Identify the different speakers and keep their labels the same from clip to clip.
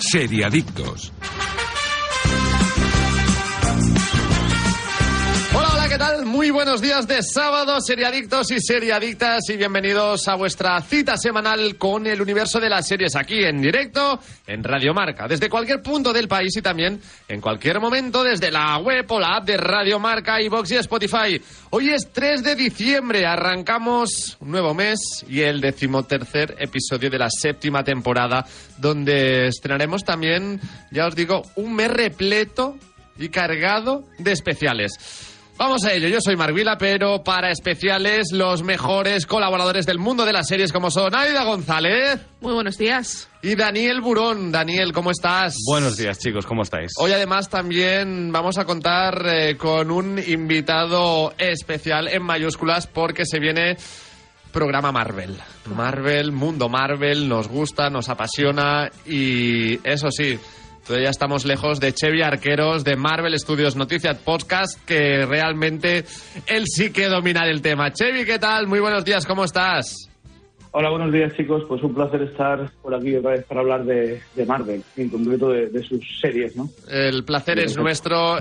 Speaker 1: Seriadictos.
Speaker 2: Hola, hola, ¿qué tal? Muy buenos días de sábado, seriadictos y seriadictas, y bienvenidos a vuestra cita semanal con el universo de las series aquí en directo en Radio Marca, desde cualquier punto del país y también en cualquier momento desde la web o la app de Radio Marca, iBox y Spotify. Hoy es 3 de diciembre, arrancamos un nuevo mes y el decimotercer episodio de la séptima temporada, donde estrenaremos también, ya os digo, un mes repleto y cargado de especiales. Vamos a ello, yo soy Marvila, pero para especiales los mejores colaboradores del mundo de las series como son Aida González
Speaker 3: Muy buenos días.
Speaker 2: y Daniel Burón. Daniel, ¿cómo estás?
Speaker 4: Buenos días, chicos, ¿cómo estáis?
Speaker 2: Hoy además también vamos a contar eh, con un invitado especial en mayúsculas porque se viene programa Marvel. Marvel, mundo Marvel, nos gusta, nos apasiona y eso sí, todavía estamos lejos de Chevy Arqueros, de Marvel Studios Noticias Podcast, que realmente él sí que domina el tema. Chevy, ¿qué tal? Muy buenos días, ¿cómo estás?
Speaker 5: Hola, buenos días chicos. Pues un placer estar por aquí otra vez para hablar de, de Marvel, y en concreto de, de sus series, ¿no?
Speaker 2: El placer es nuestro.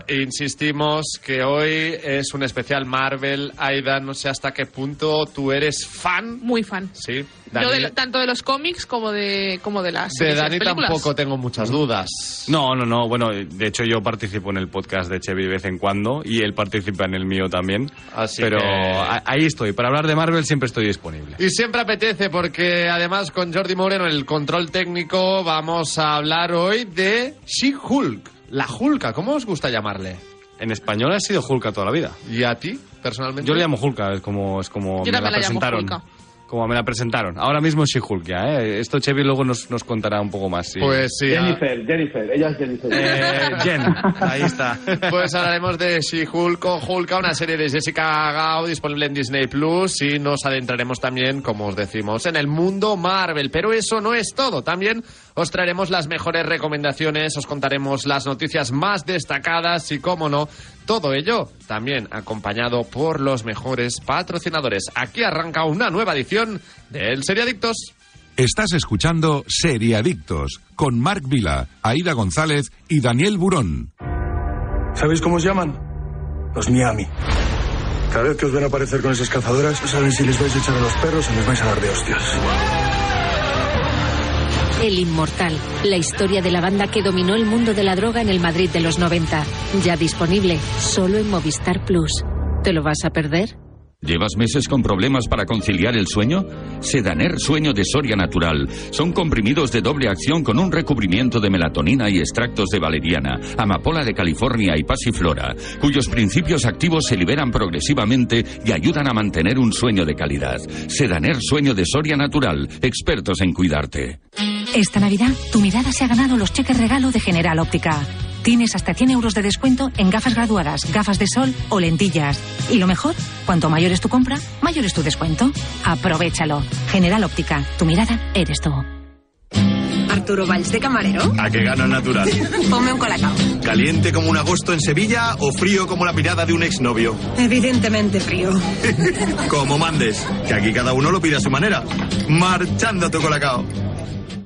Speaker 2: Insistimos que hoy es un especial Marvel. Aida, no sé hasta qué punto tú eres fan.
Speaker 3: Muy fan.
Speaker 2: Sí,
Speaker 3: Yo de
Speaker 2: Dani.
Speaker 3: lo- tanto de los cómics como de, como de las
Speaker 2: de
Speaker 3: series y
Speaker 2: Dani
Speaker 3: películas.
Speaker 2: tampoco tengo muchas dudas.
Speaker 4: No, no, no, bueno, de hecho yo participo en el podcast de Chevy de vez en cuando y él participa en el mío también.
Speaker 2: Así
Speaker 4: pero
Speaker 2: que-
Speaker 4: a- ahí estoy, para hablar de Marvel siempre estoy disponible.
Speaker 2: Y siempre apetece porque además con Jordi Moreno, el control técnico, vamos a hablar hoy de She-Hulk. La Hulka, ¿cómo os gusta llamarle?
Speaker 4: En español ha sido Hulka toda la vida.
Speaker 2: ¿Y a ti, personalmente?
Speaker 4: Yo le llamo Hulka, es como, es como
Speaker 3: Yo
Speaker 4: me la
Speaker 3: también la llamo
Speaker 4: presentaron.
Speaker 3: Hulka.
Speaker 4: Como me la presentaron. Ahora mismo es She-Hulk ya, ¿eh? Esto Chevy luego nos, nos contará un poco más. sí.
Speaker 2: Pues sí. a-
Speaker 5: Jennifer, Jennifer, ella es Jennifer.
Speaker 4: Eh, Jen, ahí está.
Speaker 2: Pues hablaremos de She-Hulk o Hulka, una serie de Jessica Gao disponible en Disney Plus y nos adentraremos también, como os decimos, en el mundo Marvel. Pero eso no es todo. También os traeremos las mejores recomendaciones, os contaremos las noticias más destacadas y, cómo no, todo ello también acompañado por los mejores patrocinadores. Aquí arranca una nueva edición de El Seriadictos.
Speaker 1: Estás escuchando Seriadictos con Marc Vila, Aida González y Daniel Burón.
Speaker 6: ¿Sabéis cómo os llaman? Los Miami. Cada vez que os ven aparecer con esas cazadoras, no saben si les vais a echar a los perros o les vais a dar de hostias.
Speaker 7: El Inmortal, la historia de la banda que dominó el mundo de la droga en el Madrid de los 90. Ya disponible, solo en Movistar Plus. ¿Te lo vas a perder?
Speaker 8: ¿Llevas meses con problemas para conciliar el sueño? Sedaner Sueño de Soria Natural. Son comprimidos de doble acción con un recubrimiento de melatonina y extractos de valeriana, amapola de California y pasiflora, cuyos principios activos se liberan progresivamente y ayudan a mantener un sueño de calidad. Sedaner Sueño de Soria Natural. Expertos en cuidarte.
Speaker 7: Esta Navidad, tu mirada se ha ganado los cheques regalo de General Óptica. Tienes hasta 100 euros de descuento en gafas graduadas, gafas de sol o lentillas. Y lo mejor, cuanto mayor es tu compra, mayor es tu descuento. Aprovechalo. General Óptica, tu mirada eres tú.
Speaker 9: Arturo Valls de camarero.
Speaker 6: A que gana natural.
Speaker 9: Ponme un colacao.
Speaker 6: Caliente como un agosto en Sevilla o frío como la mirada de un exnovio.
Speaker 9: Evidentemente frío.
Speaker 6: Como mandes, que aquí cada uno lo pide a su manera. Marchando a tu colacao.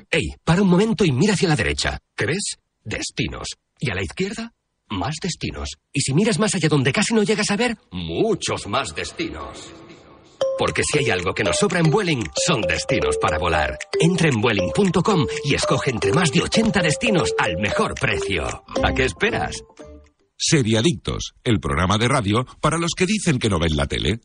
Speaker 10: Ey, para un momento y mira hacia la derecha. ¿Qué ves? Destinos. Y a la izquierda, más destinos. Y si miras más allá donde casi no llegas a ver, muchos más destinos. Porque si hay algo que nos sobra en Vueling, son destinos para volar. Entra en Vueling.com y escoge entre más de 80 destinos al mejor precio. ¿A qué esperas?
Speaker 1: Seriadictos, el programa de radio para los que dicen que no ven la tele.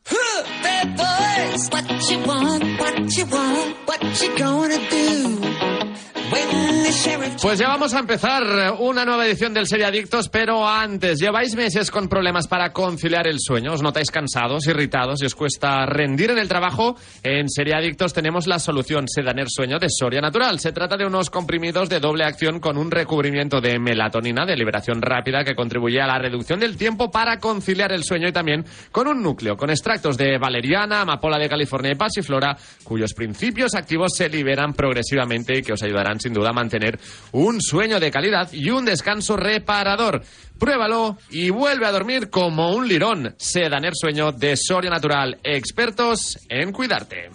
Speaker 2: Pues ya vamos a empezar eh, una nueva edición del Seriadictos, pero antes, lleváis meses con problemas para conciliar el sueño, os notáis cansados, irritados y os cuesta rendir en el trabajo. En Seriadictos tenemos la solución Sedaner Sueño de Soria Natural. Se trata de unos comprimidos de doble acción con un recubrimiento de melatonina de liberación rápida que contribuye a la reducción del tiempo para conciliar el sueño y también con un núcleo con extractos de valeriana, amapola de California y pasiflora, cuyos principios activos se liberan progresivamente y que os ayudarán sin duda a mantener un sueño de calidad y un descanso reparador. Pruébalo y vuelve a dormir como un lirón. Sedaner Sueño de Soria Natural, expertos en cuidarte.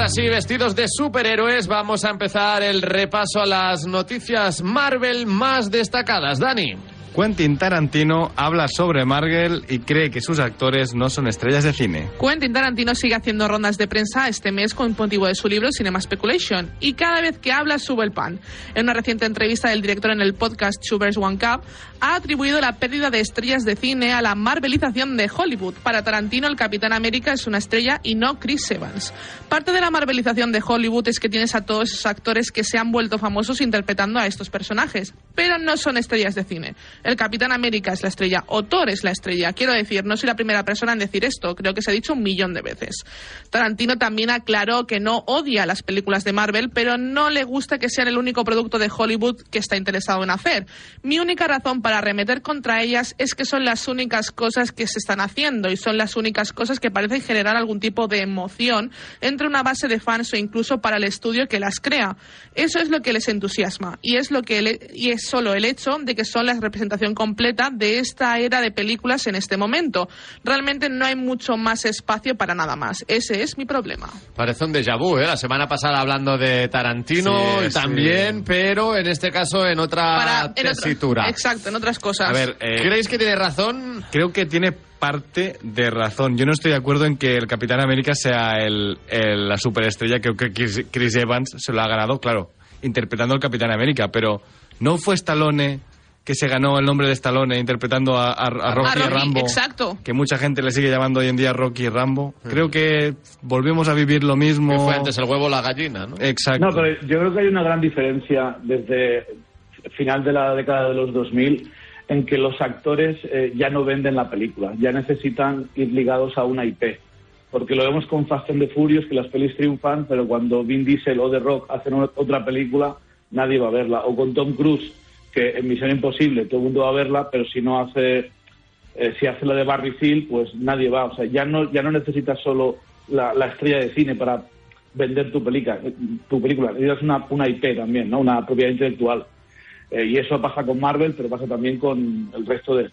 Speaker 2: así, vestidos de superhéroes, vamos a empezar el repaso a las noticias Marvel más destacadas. Dani.
Speaker 4: Quentin Tarantino habla sobre Marvel y cree que sus actores no son estrellas de cine.
Speaker 3: Quentin Tarantino sigue haciendo rondas de prensa este mes con motivo de su libro Cinema Speculation y cada vez que habla sube el pan. En una reciente entrevista del director en el podcast Shooters One Cup ha atribuido la pérdida de estrellas de cine a la marvelización de Hollywood. Para Tarantino el Capitán América es una estrella y no Chris Evans. Parte de la marvelización de Hollywood es que tienes a todos esos actores que se han vuelto famosos interpretando a estos personajes, pero no son estrellas de cine. El Capitán América es la estrella, o Thor es la estrella. Quiero decir, no soy la primera persona en decir esto, creo que se ha dicho un millón de veces. Tarantino también aclaró que no odia las películas de Marvel, pero no le gusta que sean el único producto de Hollywood que está interesado en hacer. Mi única razón para arremeter contra ellas es que son las únicas cosas que se están haciendo y son las únicas cosas que parecen generar algún tipo de emoción entre una base de fans o incluso para el estudio que las crea. Eso es lo que les entusiasma y es lo que le- y es solo el hecho de que son la representación completa de esta era de películas en este momento. Realmente no hay mucho más espacio para nada más. Ese es mi problema.
Speaker 2: Parece un déjà vu, ¿eh? La semana pasada hablando de Tarantino
Speaker 4: Sí,
Speaker 2: y también, pero en este caso en otra
Speaker 3: Para- en otro-
Speaker 2: tesitura.
Speaker 3: exacto, en otras cosas.
Speaker 4: A ver, eh,
Speaker 2: ¿Creéis que tiene razón?
Speaker 4: Creo que tiene parte de razón. Yo no estoy de acuerdo en que el Capitán América sea el, el- la superestrella. Creo que Chris, Chris Evans se lo ha ganado, claro, interpretando al Capitán América. Pero no fue Stallone que se ganó el nombre de Stallone interpretando a, a- a Rocky,
Speaker 3: A Rocky,
Speaker 4: Rambo.
Speaker 3: Exacto.
Speaker 4: Que mucha gente le sigue llamando hoy en día Rocky Rambo.
Speaker 5: Mm.
Speaker 4: Creo que volvemos a vivir lo mismo.
Speaker 2: Que fue antes el huevo o la gallina, ¿no?
Speaker 4: Exacto.
Speaker 5: No, pero yo creo que hay una gran diferencia desde final de la década de los 2000 en que los actores eh, ya no venden la película, ya necesitan ir ligados a una IP. Porque lo vemos con Fast and the Furious, que las pelis triunfan, pero cuando Vin Diesel o The Rock hacen una- otra película, nadie va a verla. O con Tom Cruise, que en Misión Imposible todo el mundo va a verla, pero si no hace eh, si hace la de Barry Seal, pues nadie va. O sea, ya no, ya no necesitas solo la, la estrella de cine para vender tu película. Tu película. Necesitas una, una IP también, ¿no? Una propiedad intelectual. Eh, y eso pasa con Marvel, pero pasa también con el resto de,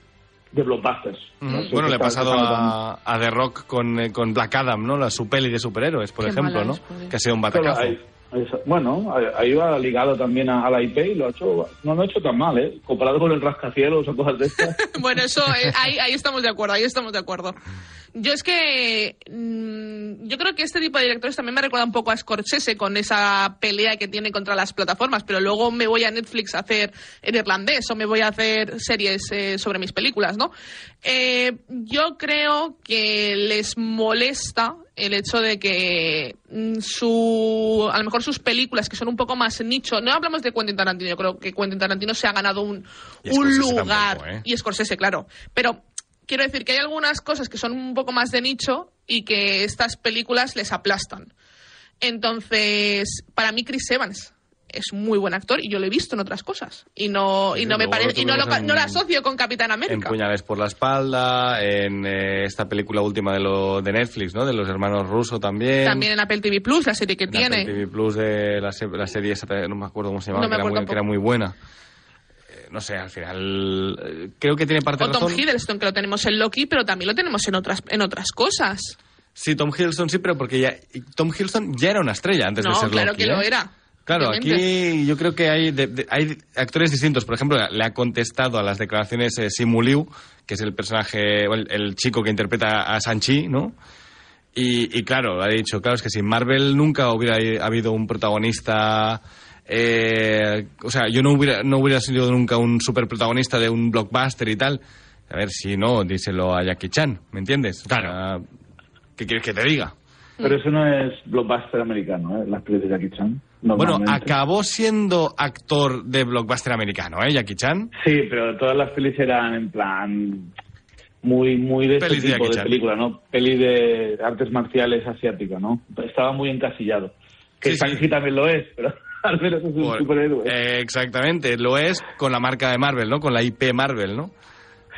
Speaker 5: de blockbusters.
Speaker 4: Ujú. Bueno,
Speaker 5: Eso que
Speaker 4: le ha
Speaker 5: está
Speaker 4: pasado
Speaker 5: pasando con-
Speaker 4: a, a The Rock con, eh, con Black Adam, ¿no? La su peli de superhéroes, por
Speaker 3: Qué
Speaker 4: ejemplo,
Speaker 3: mala
Speaker 4: ¿no?
Speaker 3: es, pues. joder.
Speaker 4: que ha sido un
Speaker 5: Pero
Speaker 4: batacazo.
Speaker 5: ahí- ahí- bueno, ahí- ahí va ligado también a, a la IP y lo ha hecho, no lo ha hecho tan mal, ¿eh? Comparado con el rascacielos o cosas de estas.
Speaker 3: Bueno, eso eh, ahí, ahí estamos de acuerdo, ahí estamos de acuerdo. Yo es que mm, yo creo que este tipo de directores también me recuerda un poco a Scorsese con esa pelea que tiene contra las plataformas, pero luego me voy a Netflix a hacer en irlandés o me voy a hacer series eh, sobre mis películas, ¿no? Eh, yo creo que les molesta el hecho de que mm, su a lo mejor sus películas que son un poco más nicho, no hablamos de Quentin Tarantino, yo creo que Quentin Tarantino se ha ganado un,
Speaker 4: Y
Speaker 3: un
Speaker 4: Scorsese
Speaker 3: lugar
Speaker 4: tampoco, ¿eh?
Speaker 3: y Scorsese, claro. Pero quiero decir que hay algunas cosas que son un poco más de nicho y que estas películas les aplastan. Entonces, para mí Chris Evans es un muy buen actor y yo lo he visto en otras cosas y no y
Speaker 4: Sí,
Speaker 3: no me
Speaker 4: luego
Speaker 3: parece
Speaker 4: lo
Speaker 3: y no lo,
Speaker 4: tuvimos
Speaker 3: ca- no lo
Speaker 4: en-
Speaker 3: asocio con Capitán
Speaker 4: En
Speaker 3: América.
Speaker 4: Puñales por la espalda, en eh, esta película última de, lo, de Netflix, ¿no? De los hermanos Russo también.
Speaker 3: También en Apple TV Plus, la serie que
Speaker 4: En Apple
Speaker 3: tiene.
Speaker 4: TV Plus de la, se- la serie esa, no me acuerdo cómo se llamaba,
Speaker 3: No me
Speaker 4: que, era
Speaker 3: acuerdo
Speaker 4: muy, que era muy buena. Eh, no sé, al final eh, creo que tiene parte
Speaker 3: O
Speaker 4: de
Speaker 3: Tom
Speaker 4: razón.
Speaker 3: Hiddleston, que lo tenemos en Loki, pero también lo tenemos en otras, en otras cosas.
Speaker 4: Sí, Tom Hiddleston sí, pero porque ya Tom Hiddleston ya era una estrella antes de
Speaker 3: No,
Speaker 4: ser
Speaker 3: claro
Speaker 4: Loki,
Speaker 3: que lo
Speaker 4: ¿eh?
Speaker 3: era.
Speaker 4: Claro,
Speaker 3: obviamente.
Speaker 4: aquí yo creo que hay, de- de- hay actores distintos. Por ejemplo, le ha contestado a las declaraciones eh, Simu Liu, que es el personaje, o el, el chico que interpreta a Sanchi, ¿no? Y, y claro, ha dicho, claro, es que sin Marvel nunca hubiera hi- habido un protagonista. eh, o sea, yo no hubiera, no hubiera sido nunca un superprotagonista de un blockbuster y tal. A ver, si no, díselo a Jackie Chan, ¿me entiendes? Claro. ¿Qué quieres que te diga?
Speaker 5: Pero eso no es blockbuster americano, ¿eh? Las pelis de Jackie Chan.
Speaker 4: Bueno,
Speaker 5: normalmente.
Speaker 4: acabó siendo actor de blockbuster americano, ¿eh, Jackie Chan?
Speaker 5: Sí, pero todas las pelis eran en plan muy muy de este
Speaker 4: Pelis de
Speaker 5: tipo
Speaker 4: Jackie
Speaker 5: de
Speaker 4: Chan.
Speaker 5: película, ¿no? Peli de artes marciales asiática, ¿no? Estaba muy encasillado. Que
Speaker 4: Sí, sí.
Speaker 5: Shang-Chi también lo es, pero al menos es un
Speaker 4: Por-
Speaker 5: superhéroe.
Speaker 4: eh, exactamente, lo es con la marca de Marvel, ¿no? Con la IP Marvel, ¿no?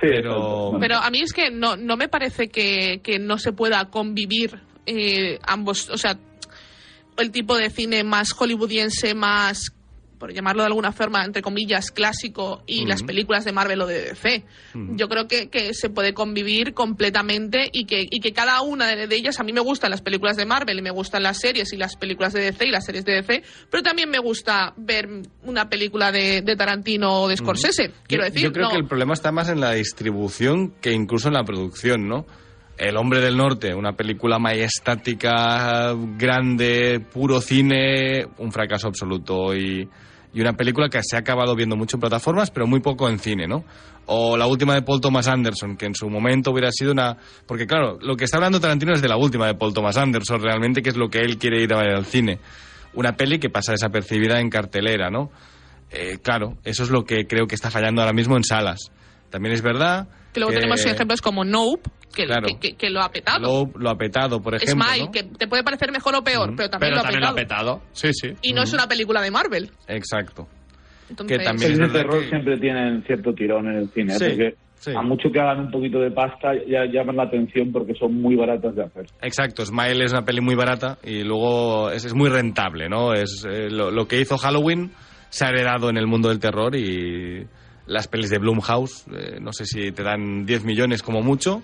Speaker 5: sí,
Speaker 4: pero-
Speaker 5: exacto.
Speaker 3: Pero a mí es que no, no me parece que, que no se pueda convivir eh, ambos, o sea, el tipo de cine más hollywoodiense, más por llamarlo de alguna forma, entre comillas, clásico y las películas de Marvel o de DC. Yo creo que, que se puede convivir completamente y que, y que cada una de, de ellas, a mí me gustan las películas de Marvel y me gustan las series y las películas de DC y las series de DC, pero también me gusta ver una película de, de Tarantino o de Scorsese. Quiero
Speaker 4: Yo-
Speaker 3: decir,
Speaker 4: Yo creo
Speaker 3: no.
Speaker 4: que el problema está más en la distribución que incluso en la producción, ¿no? El Hombre del Norte, una película majestática, grande, puro cine, un fracaso absoluto y, y una película que se ha acabado viendo mucho en plataformas, pero muy poco en cine, ¿no? O la última de Paul Thomas Anderson, que en su momento hubiera sido una... Porque claro, lo que está hablando Tarantino es de la última de Paul Thomas Anderson, realmente, que es lo que él quiere ir a ver al cine. Una peli que pasa desapercibida en cartelera, ¿no? Eh, claro, eso es lo que creo que está fallando ahora mismo en salas. También es verdad.
Speaker 3: que luego tenemos ejemplos como Nope, que,
Speaker 4: claro.
Speaker 3: que, que- que lo ha petado.
Speaker 4: Lo, lo ha petado, por ejemplo.
Speaker 3: Smile,
Speaker 4: ¿no?
Speaker 3: que te puede parecer mejor o peor, pero también,
Speaker 2: Pero
Speaker 3: lo, ha
Speaker 2: también lo ha
Speaker 3: petado.
Speaker 2: petado. Sí, sí.
Speaker 3: Y no es una película de Marvel.
Speaker 4: Exacto.
Speaker 3: Entonces,
Speaker 4: Que también es
Speaker 5: Películas de
Speaker 4: verdad
Speaker 5: terror
Speaker 4: que-
Speaker 5: siempre tienen cierto tirón en el cine, ¿eh?
Speaker 4: Sí,
Speaker 5: porque
Speaker 4: sí.
Speaker 5: a mucho que hagan un poquito de pasta ya llaman la atención porque son muy baratas de hacer.
Speaker 4: Exacto, Smile es una peli muy barata y luego es, es muy rentable, ¿no? Es eh, lo, lo que hizo Halloween se ha heredado en el mundo del terror y las pelis de Blumhouse, eh, no sé si te dan 10 millones como mucho,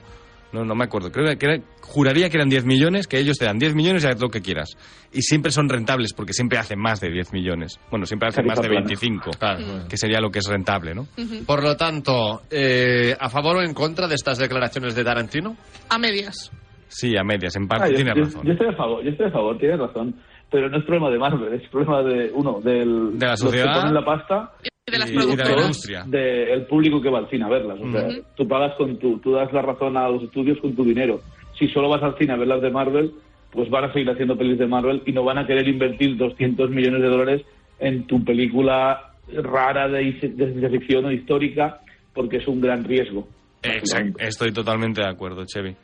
Speaker 4: no, no me acuerdo, creo que era- juraría que eran 10 millones, que ellos te dan 10 millones y haz lo que quieras. Y siempre son rentables porque siempre hacen más de 10 millones, bueno, siempre hacen
Speaker 5: Tarifa
Speaker 4: más de
Speaker 5: plana.
Speaker 4: 25,
Speaker 2: Claro.
Speaker 4: que sería lo que es rentable, ¿no?
Speaker 2: Por lo tanto, eh, ¿a favor o en contra de estas declaraciones de Tarantino?
Speaker 3: a medias.
Speaker 4: Sí, a medias, en parte
Speaker 5: Ah, yo,
Speaker 4: tienes
Speaker 5: yo-
Speaker 4: razón.
Speaker 5: yo estoy a favor, yo estoy a favor, tienes razón. Pero no es problema de Marvel, es problema de uno, del,
Speaker 4: De la
Speaker 5: los que
Speaker 4: sociedad.
Speaker 5: ponen la pasta
Speaker 3: Y de las
Speaker 4: Y- y de la
Speaker 5: y
Speaker 3: productoras.
Speaker 4: industria.
Speaker 5: del público que va al cine a verlas. O sea, tú pagas con tu, tú das la razón a los estudios con tu dinero. Si solo vas al cine a ver las de Marvel, pues van a seguir haciendo pelis de Marvel y no van a querer invertir 200 millones de dólares en tu película rara de, de ciencia ficción o histórica, porque es un gran riesgo.
Speaker 4: Exacto, estoy totalmente de acuerdo, Chevy.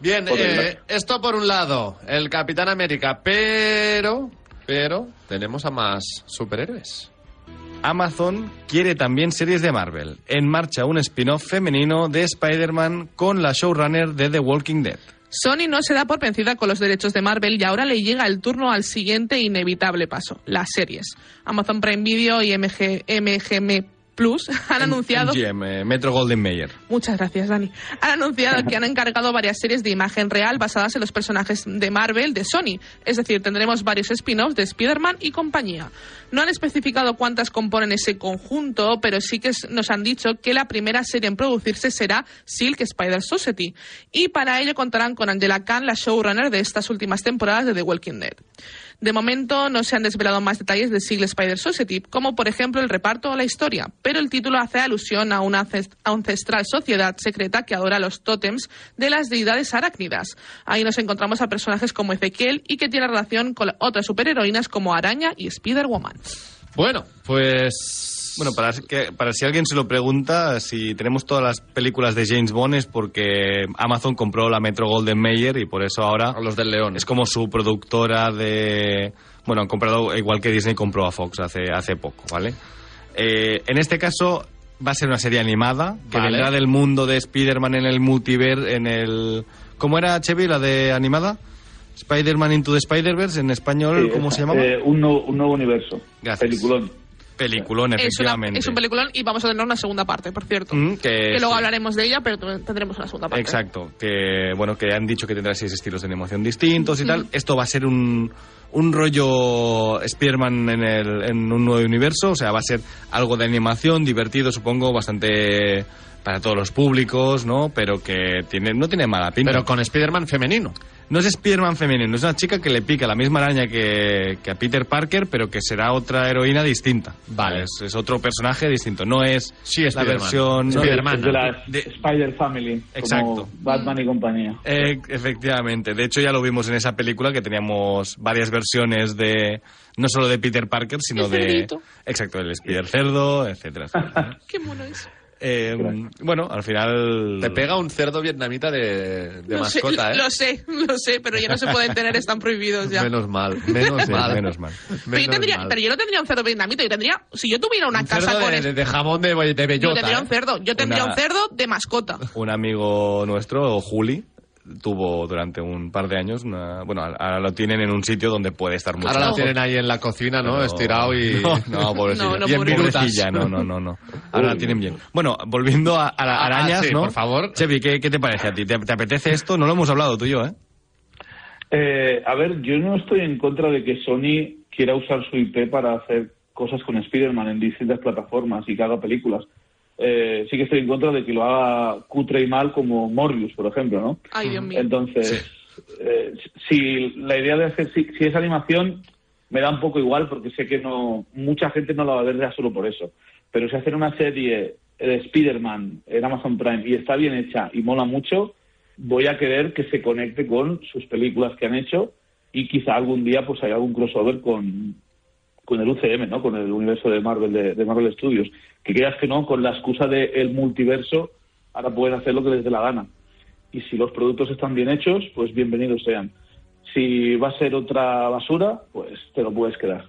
Speaker 2: Bien,
Speaker 5: Por el-
Speaker 2: eh, esto por un lado, el Capitán América, pero, pero tenemos a más superhéroes.
Speaker 4: Amazon quiere también series de Marvel. En marcha un spin-off femenino de Spider-Man con la showrunner de The Walking Dead.
Speaker 3: Sony no se da por vencida con los derechos de Marvel y ahora le llega el turno al siguiente inevitable paso, las series. Amazon Prime Video y MG, MGM Plus han anunciado...
Speaker 4: MGM, eh, Metro Golden Mayer.
Speaker 3: Muchas gracias, Dani. Han anunciado que han encargado varias series de imagen real basadas en los personajes de Marvel de Sony. Es decir, tendremos varios spin-offs de Spider-Man y compañía. No han especificado cuántas componen ese conjunto, pero sí que s- nos han dicho que la primera serie en producirse será Silk Spider Society. Y para ello contarán con Angela Khan, la showrunner de estas últimas temporadas de The Walking Dead. De momento no se han desvelado más detalles de Seal Spider Society, como por ejemplo el reparto o la historia, pero el título hace alusión a una ancest- ancestral sociedad secreta que adora los tótems de las deidades arácnidas. Ahí nos encontramos a personajes como Ezequiel y que tiene relación con la- otras superheroínas como Araña y Spider-Woman.
Speaker 2: Bueno, pues...
Speaker 4: Bueno, para, que- para si alguien se lo pregunta, si tenemos todas las películas de James Bond es porque Amazon compró la Metro Golden Mayer y por eso ahora
Speaker 2: a los del León.
Speaker 4: es como su productora de... Bueno, han comprado, igual que Disney compró a Fox hace, hace poco, ¿vale? Eh, en este caso va a ser una serie animada que
Speaker 2: Vale.
Speaker 4: vendrá del mundo de Spider-Man en el multiver, en el... ¿Cómo era, Chevy, la de animada? Spider-Man Into the Spider-Verse, en español,
Speaker 5: Sí,
Speaker 4: ¿cómo
Speaker 5: esa,
Speaker 4: se llamaba?
Speaker 5: eh, un, nuevo, un nuevo universo.
Speaker 4: Gracias.
Speaker 5: Peliculón.
Speaker 4: Peliculón,
Speaker 3: Es, una-
Speaker 4: efectivamente.
Speaker 3: es un peliculón y vamos a tener una segunda parte, por cierto.
Speaker 4: Mm,
Speaker 3: que luego
Speaker 4: sí.
Speaker 3: hablaremos de ella, pero t- tendremos una segunda parte.
Speaker 4: Exacto, que bueno, que han dicho que tendrá seis estilos de animación distintos y tal. Esto va a ser un, un rollo Spider-Man en, el- en un nuevo universo, o sea, va a ser algo de animación divertido, supongo, bastante para todos los públicos, ¿no? Pero que tiene, no tiene mala pinta.
Speaker 2: Pero con Spider-Man femenino.
Speaker 4: No es Spider-Man femenino, es una chica que le pica la misma araña que, que a Peter Parker, pero que será otra heroína distinta.
Speaker 2: Vale.
Speaker 4: Es, es otro personaje distinto, no es
Speaker 2: Sí,
Speaker 4: la
Speaker 2: Spider-Man.
Speaker 4: versión... no-
Speaker 2: Spider-Man.
Speaker 5: Es de la
Speaker 4: De-
Speaker 5: Spider Family.
Speaker 4: Exacto.
Speaker 5: Como Batman y compañía.
Speaker 4: Eh, efectivamente, de hecho ya lo vimos en esa película que teníamos varias versiones de no solo de Peter Parker, sino
Speaker 3: El
Speaker 4: de
Speaker 3: cerdito.
Speaker 4: exacto, el Spider Cerdo, etcétera.
Speaker 2: Ah,
Speaker 4: etcétera.
Speaker 3: Qué mono es.
Speaker 4: Eh, bueno, al final
Speaker 2: Te pega un cerdo vietnamita de, de
Speaker 3: Lo sé,
Speaker 2: mascota, ¿eh?
Speaker 3: lo sé, lo sé, pero ya no se pueden tener, están prohibidos ya.
Speaker 2: Menos mal, menos
Speaker 4: Sí,
Speaker 2: mal.
Speaker 4: menos mal.
Speaker 3: Pero yo,
Speaker 2: Menos
Speaker 3: tendría,
Speaker 2: mal.
Speaker 3: pero yo no tendría un cerdo vietnamita, yo tendría, si yo tuviera una
Speaker 2: Un
Speaker 3: casa
Speaker 2: cerdo
Speaker 3: con
Speaker 2: de,
Speaker 3: es-
Speaker 2: de- de jamón de, de bellota.
Speaker 3: yo tendría
Speaker 2: ¿eh?
Speaker 3: un cerdo, yo tendría
Speaker 4: Una-
Speaker 3: un cerdo de mascota.
Speaker 4: un amigo nuestro, Juli, tuvo durante un par de años una... Bueno, ahora lo tienen en un sitio donde puede estar mucho.
Speaker 2: Ahora lo tienen ahí en la cocina, ¿no?
Speaker 4: Pero-
Speaker 2: Estirado y...
Speaker 4: No, no, pobrecilla.
Speaker 2: No, no,
Speaker 4: Bien
Speaker 2: pobrecilla.
Speaker 4: pobrecilla, no, no, no, no. Ahora la tienen bien. Bueno, volviendo a, a las
Speaker 2: Ah,
Speaker 4: arañas,
Speaker 2: sí,
Speaker 4: ¿no?
Speaker 2: por favor.
Speaker 4: Chepi, ¿qué, qué te parece a ti? ¿Te, te apetece esto? No lo hemos hablado tú y yo, ¿eh?
Speaker 5: Eh, a ver, yo no estoy en contra de que Sony quiera usar su IP para hacer cosas con Spider-Man en distintas plataformas y que haga películas. Eh, sí que estoy en contra de que lo haga cutre y mal como Morbius, por ejemplo, ¿no?
Speaker 3: Ay, Dios mío.
Speaker 5: Entonces, eh, si la idea de hacer, si, si es animación, me da un poco igual porque sé que no mucha gente no la va a ver ya solo por eso. Pero si hacer una serie de Spider-Man en Amazon Prime y está bien hecha y mola mucho, voy a querer que se conecte con sus películas que han hecho y quizá algún día pues haya algún crossover con, con el UCM, ¿no? Con el universo de Marvel, de, de Marvel Studios. Que creas que no, con la excusa del el multiverso, ahora pueden hacer lo que les dé la gana y si los productos están bien hechos, pues bienvenidos sean. Si va a ser otra basura, pues te lo puedes quedar.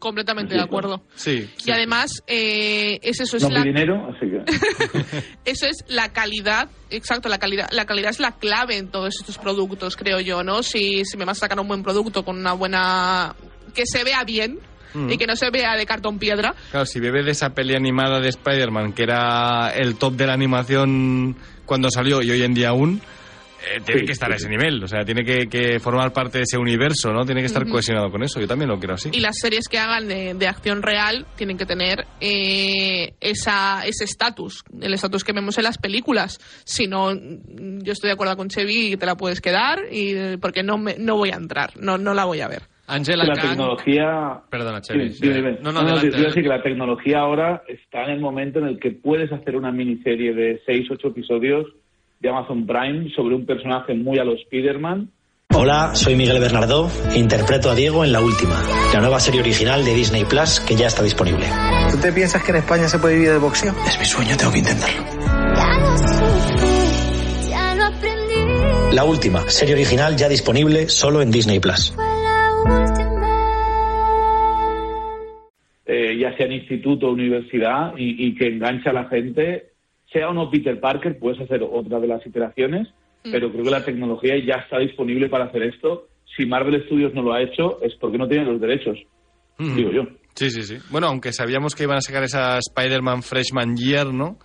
Speaker 3: Completamente de acuerdo.
Speaker 2: Sí.
Speaker 3: Y además, eh, es eso, es
Speaker 5: no
Speaker 3: la,
Speaker 5: mi dinero, así que...
Speaker 3: eso es la calidad, exacto, la calidad, la calidad es la clave en todos estos productos, creo yo, ¿no? Si, si me vas a sacar un buen producto con una buena... que se vea bien
Speaker 2: Mm.
Speaker 3: y que no se vea de cartón piedra,
Speaker 4: Claro, si bebe de esa peli animada de Spider-Man, que era el top de la animación cuando salió y hoy en día aún, eh, tiene
Speaker 5: Sí,
Speaker 4: que estar
Speaker 5: sí,
Speaker 4: a ese nivel. O sea, tiene que, que formar parte de ese universo, ¿no? Tiene que estar cohesionado con eso. Yo también lo quiero así.
Speaker 3: y las series que hagan de, de acción real tienen que tener eh, esa, ese estatus, el estatus que vemos en las películas. Si no, mm, yo estoy de acuerdo con Chevy y te la puedes quedar y porque no me, no voy a entrar, no, no la voy a ver.
Speaker 2: Angela
Speaker 5: la
Speaker 2: Kang-
Speaker 5: tecnología...
Speaker 2: Perdona, Chevy. eh,
Speaker 5: Sí, dime, dime.
Speaker 2: No, no,
Speaker 5: No, no,
Speaker 2: adelante,
Speaker 5: te- te iba a
Speaker 2: adelante.
Speaker 5: decir que la tecnología ahora está en el momento en el que puedes hacer una miniserie de 6, 8 episodios de Amazon Prime sobre un personaje muy a lo Spider-Man
Speaker 11: Hola, soy Miguel Bernardo e interpreto a Diego en La Última, la nueva serie original de Disney Plus que ya está disponible.
Speaker 6: ¿Tú te piensas que en España se puede vivir del boxeo?
Speaker 11: Es mi sueño, tengo que intentarlo.
Speaker 12: Ya lo aprendí.
Speaker 11: La Última, serie original ya disponible solo en Disney Plus.
Speaker 5: eh, ya sea en instituto o universidad, y, y que engancha a la gente, sea o no Peter Parker, puedes hacer otra de las iteraciones, pero creo que la tecnología ya está disponible para hacer esto. Si Marvel Studios no lo ha hecho, es porque no tiene los derechos, digo yo.
Speaker 4: Sí, sí, sí. Bueno, aunque sabíamos que iban a sacar esa Spider-Man Freshman Year, ¿no?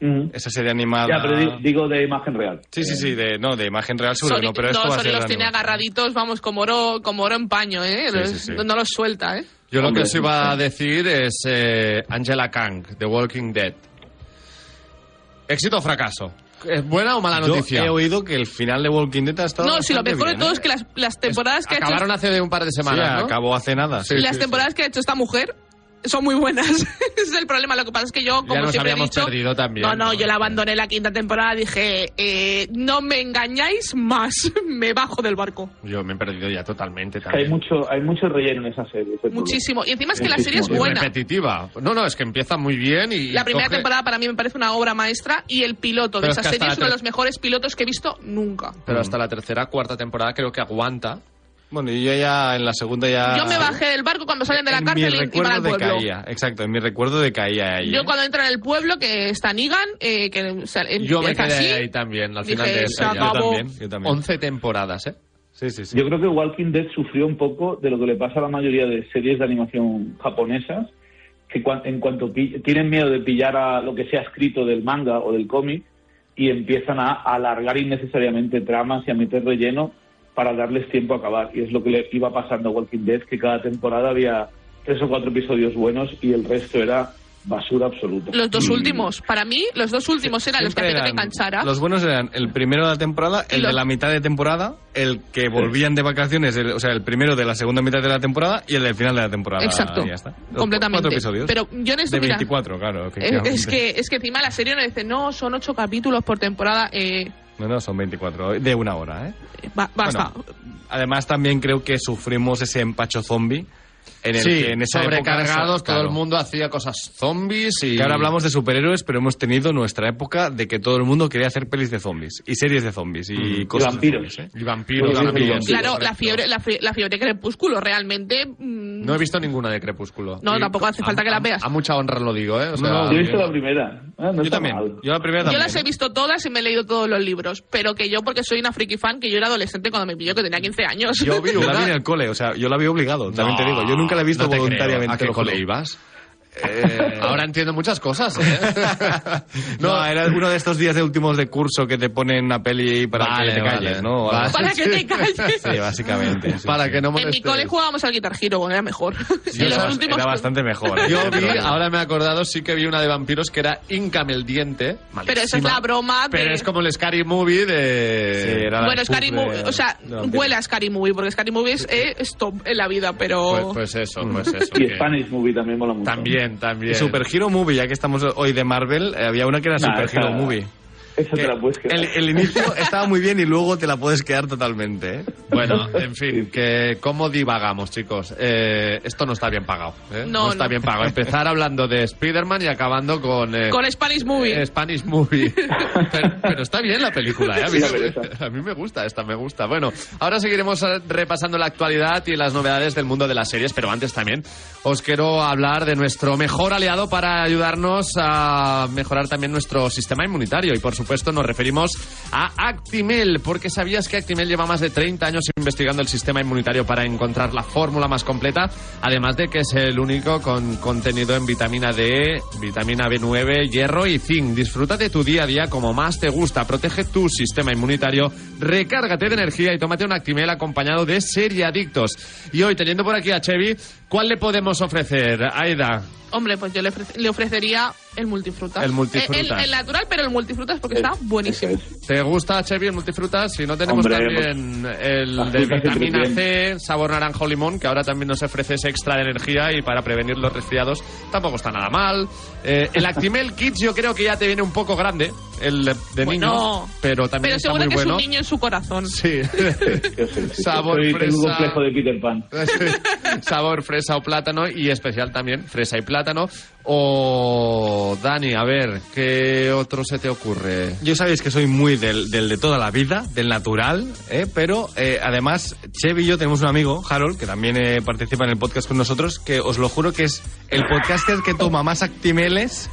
Speaker 2: Mm.
Speaker 5: Ujú.
Speaker 4: Esa serie animada.
Speaker 5: Ya,
Speaker 2: Ah.
Speaker 5: pero di- digo de imagen real.
Speaker 4: Sí, sí, sí, de, no, de imagen real seguro que
Speaker 3: Sony-
Speaker 4: no, pero esto va a
Speaker 3: Sony
Speaker 4: ser
Speaker 3: los
Speaker 4: de
Speaker 3: tiene
Speaker 4: anime.
Speaker 3: agarraditos, vamos, como oro, como oro en paño, ¿eh?
Speaker 4: Sí,
Speaker 3: Los-
Speaker 4: sí, sí.
Speaker 3: No, no los suelta, ¿eh?
Speaker 2: Yo lo que
Speaker 5: Hombre.
Speaker 2: os iba a decir es eh, Angela Kang, The Walking Dead. ¿Éxito o fracaso? ¿Es buena o mala
Speaker 4: Yo
Speaker 2: noticia?
Speaker 4: he oído que el final de Walking Dead ha estado
Speaker 3: No, si lo
Speaker 4: bastante
Speaker 3: mejor de
Speaker 4: bien,
Speaker 3: todo
Speaker 4: ¿eh?
Speaker 3: es que las, las temporadas que ha hecho,
Speaker 2: Acabaron hace un par de
Speaker 4: Sí,
Speaker 2: semanas, ¿no?
Speaker 4: acabó hace nada.
Speaker 2: Sí,
Speaker 3: las temporadas que ha hecho esta mujer son muy buenas. Ese es el problema. Lo que pasa es que yo, como
Speaker 2: nos
Speaker 3: siempre he
Speaker 2: habíamos
Speaker 3: dicho,
Speaker 2: perdido también,
Speaker 3: No, no,
Speaker 2: ¿no?
Speaker 3: yo la abandoné la quinta temporada. Dije, eh, no me engañáis más. Me bajo del barco.
Speaker 2: Yo me he perdido ya totalmente
Speaker 5: Que Hay
Speaker 2: también.
Speaker 5: mucho, hay mucho relleno en esa serie. ese
Speaker 3: Muchísimo. Y encima es que la serie
Speaker 5: Muchísimo.
Speaker 3: es
Speaker 2: Y
Speaker 3: buena.
Speaker 2: repetitiva. No, no, es que empieza muy bien y...
Speaker 3: La primera
Speaker 2: coge-
Speaker 3: temporada para mí me parece una obra maestra y el
Speaker 2: Pero
Speaker 3: piloto de
Speaker 2: es
Speaker 3: esa
Speaker 2: que hasta
Speaker 3: serie
Speaker 2: la
Speaker 3: es uno de
Speaker 2: ter-
Speaker 3: los mejores pilotos que he visto nunca.
Speaker 2: Pero hasta la tercera, cuarta temporada creo que aguanta.
Speaker 4: Bueno, y yo ya en la segunda
Speaker 2: Ah,
Speaker 4: ya...
Speaker 3: Yo me bajé del barco cuando salen de la
Speaker 4: En
Speaker 3: cárcel
Speaker 4: mi
Speaker 3: y- y van
Speaker 4: recuerdo
Speaker 3: al pueblo.
Speaker 4: decaía, exacto, en mi recuerdo decaía ahí. ¿eh?
Speaker 3: Yo cuando entro en el pueblo, que está Negan, eh, que o sea,
Speaker 2: Yo me
Speaker 3: empieza
Speaker 2: quedé
Speaker 3: así,
Speaker 2: ahí también, al
Speaker 3: dije,
Speaker 2: final de
Speaker 3: se
Speaker 2: esa.
Speaker 4: Yo
Speaker 2: ya.
Speaker 3: acabó.
Speaker 4: también, yo también.
Speaker 2: 11 temporadas, ¿eh?
Speaker 4: Sí, sí, sí.
Speaker 5: Yo creo que Walking Dead sufrió un poco de lo que le pasa a la mayoría de series de animación japonesas, que cuan- en cuanto pi- tienen miedo de pillar a lo que sea escrito del manga o del cómic y empiezan a alargar innecesariamente tramas y a meter relleno para darles tiempo a acabar. Y es lo que le iba pasando a Walking Dead, que cada temporada había tres o cuatro episodios buenos y el resto era basura absoluta.
Speaker 3: Los dos últimos, para mí, los dos últimos eran los que
Speaker 4: Mm. Siempre
Speaker 3: hacían que me
Speaker 4: eran-
Speaker 3: enganchara.
Speaker 4: Los buenos eran el primero de la temporada,
Speaker 3: Y
Speaker 4: el
Speaker 3: los-
Speaker 4: de la mitad de temporada, el que volvían de vacaciones, el- o sea, el primero de la segunda mitad de la temporada y el del final de la temporada.
Speaker 3: Exacto,
Speaker 4: y ya está. Los
Speaker 3: completamente.
Speaker 4: Cuatro episodios.
Speaker 3: Pero yo en esto,
Speaker 4: de
Speaker 3: mira,
Speaker 4: 24, claro.
Speaker 3: eh,
Speaker 4: efectivamente.
Speaker 3: es que, es que encima la serie nos dice, no, son ocho capítulos por temporada, eh,
Speaker 4: No, no, son 24, de una hora, ¿eh?
Speaker 3: ba- basta.
Speaker 4: Bueno, además, también creo que sufrimos ese empacho zombie En el
Speaker 2: sí,
Speaker 4: que en esa época-
Speaker 2: sobrecargados, todo
Speaker 4: claro.
Speaker 2: el mundo hacía cosas zombies y...
Speaker 4: Que ahora hablamos de superhéroes, pero hemos tenido nuestra época de que todo el mundo quería hacer pelis de zombies y series de zombies y
Speaker 2: Mm.
Speaker 4: cosas.
Speaker 2: Y vampiros.
Speaker 4: de zombies, ¿eh?
Speaker 2: Y vampiros,
Speaker 4: Sí, sí, sí,
Speaker 2: vampiros.
Speaker 4: vampiros.
Speaker 3: Claro, la fiebre, la, fie- la fiebre crepúsculo, realmente. mm,
Speaker 2: No he visto ninguna de Crepúsculo.
Speaker 3: No,
Speaker 2: Y
Speaker 3: tampoco hace
Speaker 2: a-
Speaker 3: falta que las
Speaker 2: a-
Speaker 3: veas.
Speaker 2: A mucha honra lo digo, ¿eh? O sea,
Speaker 4: No,
Speaker 5: Yo he visto la primera. Ah, no
Speaker 4: Yo
Speaker 5: está
Speaker 4: también.
Speaker 5: mal.
Speaker 4: Yo la primera
Speaker 3: Yo
Speaker 4: también.
Speaker 3: las he visto todas y me he leído todos los libros, pero que yo, porque soy una friki fan, que yo era adolescente cuando me pilló, que tenía 15 años.
Speaker 4: Yo vi una- la vi en el cole, o sea, yo la vi obligado, también te digo. Yo nunca la he visto
Speaker 2: no te creo.
Speaker 4: voluntariamente.
Speaker 2: ¿A qué
Speaker 4: te lo juro.
Speaker 2: cole ibas?
Speaker 4: Eh,
Speaker 2: Ahora entiendo muchas cosas, ¿eh?
Speaker 4: no, era uno de estos días de últimos de curso que te ponen una peli para
Speaker 2: Vale,
Speaker 4: que te
Speaker 2: vale.
Speaker 4: calles, ¿no? O
Speaker 2: Vale.
Speaker 4: algo así.
Speaker 3: Para que te calles.
Speaker 4: Sí, básicamente. sí,
Speaker 2: Para
Speaker 4: sí.
Speaker 2: que no
Speaker 3: en mi
Speaker 2: molestes.
Speaker 3: cole jugábamos al Guitar Hero, bueno, era mejor. Y
Speaker 4: Yo
Speaker 3: los
Speaker 4: era-
Speaker 3: últimos-
Speaker 4: Era bastante mejor. ¿eh?
Speaker 2: Yo
Speaker 4: Pero
Speaker 2: vi,
Speaker 4: bueno.
Speaker 2: ahora me he acordado, sí que vi una de vampiros que era Incam el diente.
Speaker 3: Pero esa es la broma de...
Speaker 2: Pero es como el Scary Movie de...
Speaker 4: Sí, era la
Speaker 3: Bueno, Scary
Speaker 4: putre-
Speaker 3: Movie, o sea,
Speaker 4: de vampiros.
Speaker 3: huele a Scary Movie, porque Scary Movie es eh, es top en la vida,
Speaker 2: Pues,
Speaker 3: pero...
Speaker 2: pues eso, pues eso.
Speaker 5: Y
Speaker 2: que-
Speaker 5: Spanish Movie también mola mucho.
Speaker 2: También, también.
Speaker 4: Y Super Hero Movie, ya que estamos hoy de Marvel, eh, había una que era
Speaker 5: Nah,
Speaker 4: Super
Speaker 5: esa-
Speaker 4: Hero Movie.
Speaker 5: Esa
Speaker 4: Que
Speaker 5: te la puedes quedar.
Speaker 4: el, el inicio estaba muy bien y luego te la puedes quedar totalmente. ¿eh?
Speaker 2: Bueno, en fin, que cómo divagamos, chicos. Eh, esto no está bien pagado. ¿eh?
Speaker 3: No,
Speaker 2: está
Speaker 3: no.
Speaker 2: bien pagado. Empezar hablando de Spider-Man y acabando con... eh,
Speaker 3: Con Spanish Movie.
Speaker 2: eh, Spanish Movie. pero, pero está bien la película, ¿eh? A mí,
Speaker 5: Sí, la verdad.
Speaker 2: a mí me gusta, esta me gusta. Bueno, ahora seguiremos eh, repasando la actualidad y las novedades del mundo de las series, pero antes también os quiero hablar de nuestro mejor aliado para ayudarnos a mejorar también nuestro sistema inmunitario. Y por supuesto nos referimos a Actimel, porque sabías que Actimel lleva más de 30 años investigando el sistema inmunitario para encontrar la fórmula más completa, además de que es el único con contenido en vitamina D, vitamina B9, hierro y zinc. Disfruta de tu día a día como más te gusta, protege tu sistema inmunitario, recárgate de energía y tómate un Actimel acompañado de seriadictos. Y hoy, teniendo por aquí a Chevy, ¿cuál le podemos ofrecer? Aida,
Speaker 3: Hombre, pues yo le, ofrece- le ofrecería el multifrutas.
Speaker 2: El multifrutas.
Speaker 3: Eh, El, el natural, pero el multifrutas porque está buenísimo.
Speaker 5: Eso es.
Speaker 2: ¿te gusta Chevy el multifrutas? Si no tenemos
Speaker 5: Hombre, pues,
Speaker 2: también el
Speaker 5: las
Speaker 2: de
Speaker 5: frutas siempre
Speaker 2: vitamina C, sabor naranjo limón, que ahora también nos ofrece ese extra de energía y para prevenir los resfriados tampoco está nada mal. Eh, el Actimel Kids yo creo que ya te viene un poco grande, el de
Speaker 3: Bueno,
Speaker 2: niños, pero también
Speaker 3: Pero
Speaker 2: está
Speaker 3: seguro
Speaker 2: muy
Speaker 3: que
Speaker 2: bueno.
Speaker 3: es un niño en su corazón.
Speaker 2: Sí.
Speaker 5: Yo sé, sí.
Speaker 2: Sabor
Speaker 5: Soy- Tengo un
Speaker 2: fresa.
Speaker 5: complejo de Peter Pan.
Speaker 2: Sabor fresa o plátano y especial también fresa y plátano. O Dani, a ver, ¿qué otro se te ocurre?
Speaker 4: Yo sabéis que soy muy del, del de toda la vida, del natural, ¿eh? pero eh, además Chevy y yo tenemos un amigo, Harold, que también eh, participa en el podcast con nosotros, que os lo juro que es el podcaster que toma más actimeles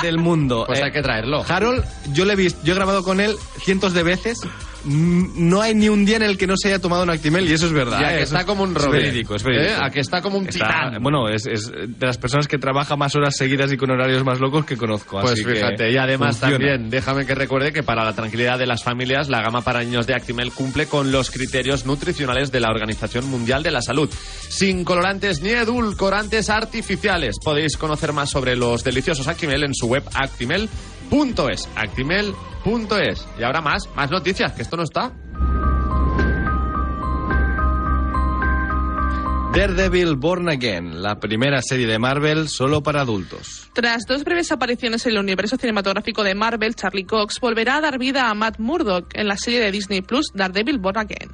Speaker 4: del mundo.
Speaker 2: Pues
Speaker 4: Eh,
Speaker 2: hay que traerlo.
Speaker 4: Harold, yo le he visto, yo he grabado con él cientos de veces. n- No hay ni un día en el que no se haya tomado un Actimel y eso es verdad.
Speaker 2: Ya
Speaker 4: ¿eh?
Speaker 2: que
Speaker 4: Eso
Speaker 2: está
Speaker 4: es-
Speaker 2: como un roble.
Speaker 4: Es verídico, es
Speaker 2: ¿Eh?
Speaker 4: verídico.
Speaker 2: A que está como un
Speaker 4: Está-
Speaker 2: titán.
Speaker 4: Bueno, es, es de las personas que trabaja más horas seguidas y con horarios más locos que conozco.
Speaker 2: Pues
Speaker 4: así que
Speaker 2: fíjate, y además
Speaker 4: funciona.
Speaker 2: también, déjame que recuerde que para la tranquilidad de las familias, la gama para niños de Actimel cumple con los criterios nutricionales de la Organización Mundial de la Salud. Sin colorantes ni edulcorantes artificiales. Podéis conocer más sobre los deliciosos Actimel en su web actimel.es. Actimel.es. Y ahora más, más noticias, que esto no está.
Speaker 4: Daredevil Born Again, la primera serie de Marvel solo para adultos.
Speaker 3: Tras dos breves apariciones en el universo cinematográfico de Marvel, Charlie Cox volverá a dar vida a Matt Murdock en la serie de Disney Plus Daredevil Born Again.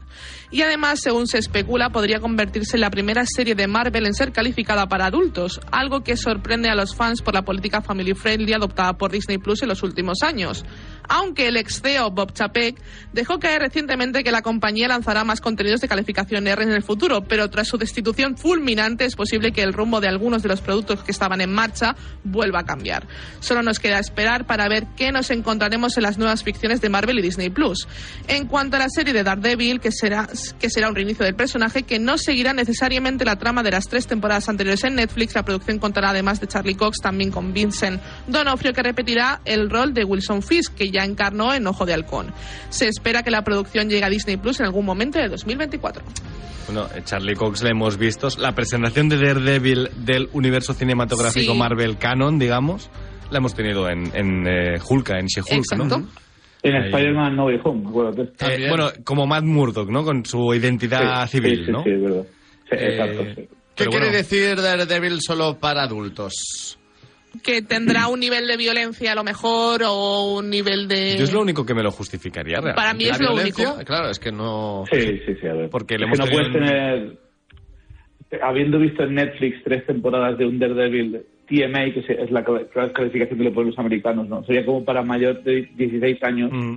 Speaker 3: Y además, según se especula, podría convertirse en la primera serie de Marvel en ser calificada para adultos, algo que sorprende a los fans por la política family friendly adoptada por Disney Plus en los últimos años. Aunque el ex CEO Bob Chapek dejó caer recientemente que la compañía lanzará más contenidos de calificación R en el futuro, pero tras su destitución fulminante es posible que el rumbo de algunos de los productos que estaban en marcha vuelva a cambiar. Solo nos queda esperar para ver qué nos encontraremos en las nuevas ficciones de Marvel y Disney Plus. En cuanto a la serie de Daredevil, que será, que será un reinicio del personaje que no seguirá necesariamente la trama de las tres temporadas anteriores en Netflix, la producción contará además de Charlie Cox también con Vincent Donofrio, que repetirá el rol de Wilson Fisk, que ya encarnó en Ojo de Halcón. Se espera que la producción llegue a Disney Plus en algún momento de 2024.
Speaker 4: Bueno, eh, Charlie Cox le hemos visto. La presentación de Daredevil del universo cinematográfico
Speaker 3: Sí.
Speaker 4: Marvel Canon, digamos, la hemos tenido en, en eh, Hulka, en She-Hulk, ¿no?
Speaker 3: Exacto.
Speaker 5: En
Speaker 4: Ahí.
Speaker 5: Spider-Man No Way Home, acuérdate.
Speaker 4: Eh, bueno, como Matt Murdock, ¿no? Con su identidad
Speaker 5: Sí,
Speaker 4: civil,
Speaker 5: sí,
Speaker 4: ¿no?
Speaker 5: Sí, es verdad. Sí,
Speaker 4: Eh,
Speaker 5: exacto. sí.
Speaker 2: ¿Qué
Speaker 4: Pero
Speaker 2: quiere
Speaker 4: bueno.
Speaker 2: decir Daredevil solo para adultos?
Speaker 3: Que tendrá un nivel de violencia a lo mejor o un nivel de...
Speaker 4: Yo es lo único que me lo justificaría realmente.
Speaker 3: Para mí
Speaker 2: ¿La
Speaker 3: es lo
Speaker 2: violencia?
Speaker 3: único.
Speaker 2: Claro, es que no...
Speaker 5: Sí, sí, sí, a ver.
Speaker 4: Porque le
Speaker 5: Es que
Speaker 4: hemos
Speaker 5: no puedes
Speaker 4: tenido-
Speaker 5: tener habiendo visto en Netflix tres temporadas de un Daredevil TMA, que se- es la cla- clasificación que le ponen los americanos, ¿no? Sería como para mayor de 16 años.
Speaker 4: Mm.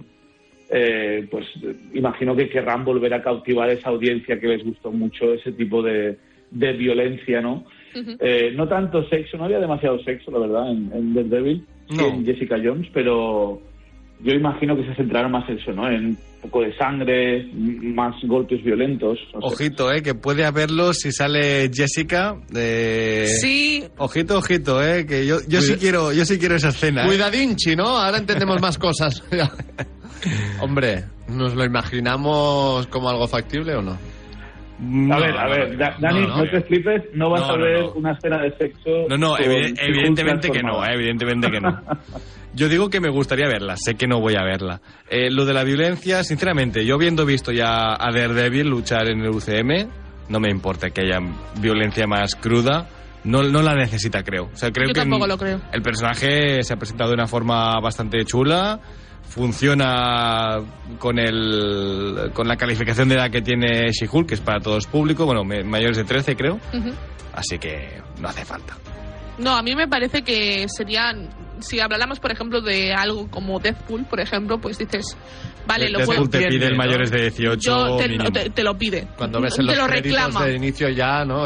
Speaker 5: eh, pues eh, imagino que querrán volver a cautivar esa audiencia que les gustó mucho ese tipo de, de violencia, ¿no? Eh, no tanto sexo, no había demasiado sexo, la verdad, en, en Daredevil, y en Jessica Jones, pero yo imagino que se centraron más en eso, ¿no? En un poco de sangre, m- más golpes violentos. no sé.
Speaker 4: Ojito, eh, que puede haberlo si sale Jessica. eh,
Speaker 3: Sí.
Speaker 4: Ojito, ojito, eh, que yo, yo sí quiero, yo sí quiero esa escena. eh.
Speaker 2: Cuidadinchi, ¿no? Ahora entendemos más cosas. Hombre, ¿nos lo imaginamos como algo factible o no?
Speaker 4: Mm,
Speaker 5: A ver, a ver, Da- Dani, no,
Speaker 2: no,
Speaker 4: eh.
Speaker 5: te flipes, no vas
Speaker 2: No,
Speaker 5: a
Speaker 2: no,
Speaker 5: ver
Speaker 2: no.
Speaker 5: una escena de sexo.
Speaker 4: No, no,
Speaker 5: con
Speaker 4: evide-
Speaker 5: Hulk
Speaker 4: evidentemente que no,
Speaker 5: transformado.
Speaker 4: eh, evidentemente que no. Yo digo que me gustaría verla, sé que no voy a verla. Eh, lo de la violencia, sinceramente, yo habiendo visto ya a Daredevil luchar en el UCM, no me importa que haya violencia más cruda. No, no la necesita, creo. O sea, creo
Speaker 3: Yo
Speaker 4: que
Speaker 3: tampoco lo creo.
Speaker 4: el personaje se ha presentado de una forma bastante chula. Funciona con el con la calificación de edad que tiene She-Hulk, que es para todos público, bueno, me- mayores de 13 creo,
Speaker 3: Ujú.
Speaker 4: así que no hace falta.
Speaker 3: No, a mí me parece que serían. Si habláramos, por ejemplo, de algo como Deadpool, por ejemplo, pues dices, vale, lo puedo.
Speaker 4: Deadpool te pide el
Speaker 2: ¿no?
Speaker 4: mayores de 18
Speaker 3: Yo te,
Speaker 4: mínimo.
Speaker 3: te- te lo pide.
Speaker 2: Cuando ves
Speaker 3: te
Speaker 2: en los
Speaker 3: lo
Speaker 2: créditos
Speaker 3: reclama.
Speaker 2: de inicio ya, ¿no?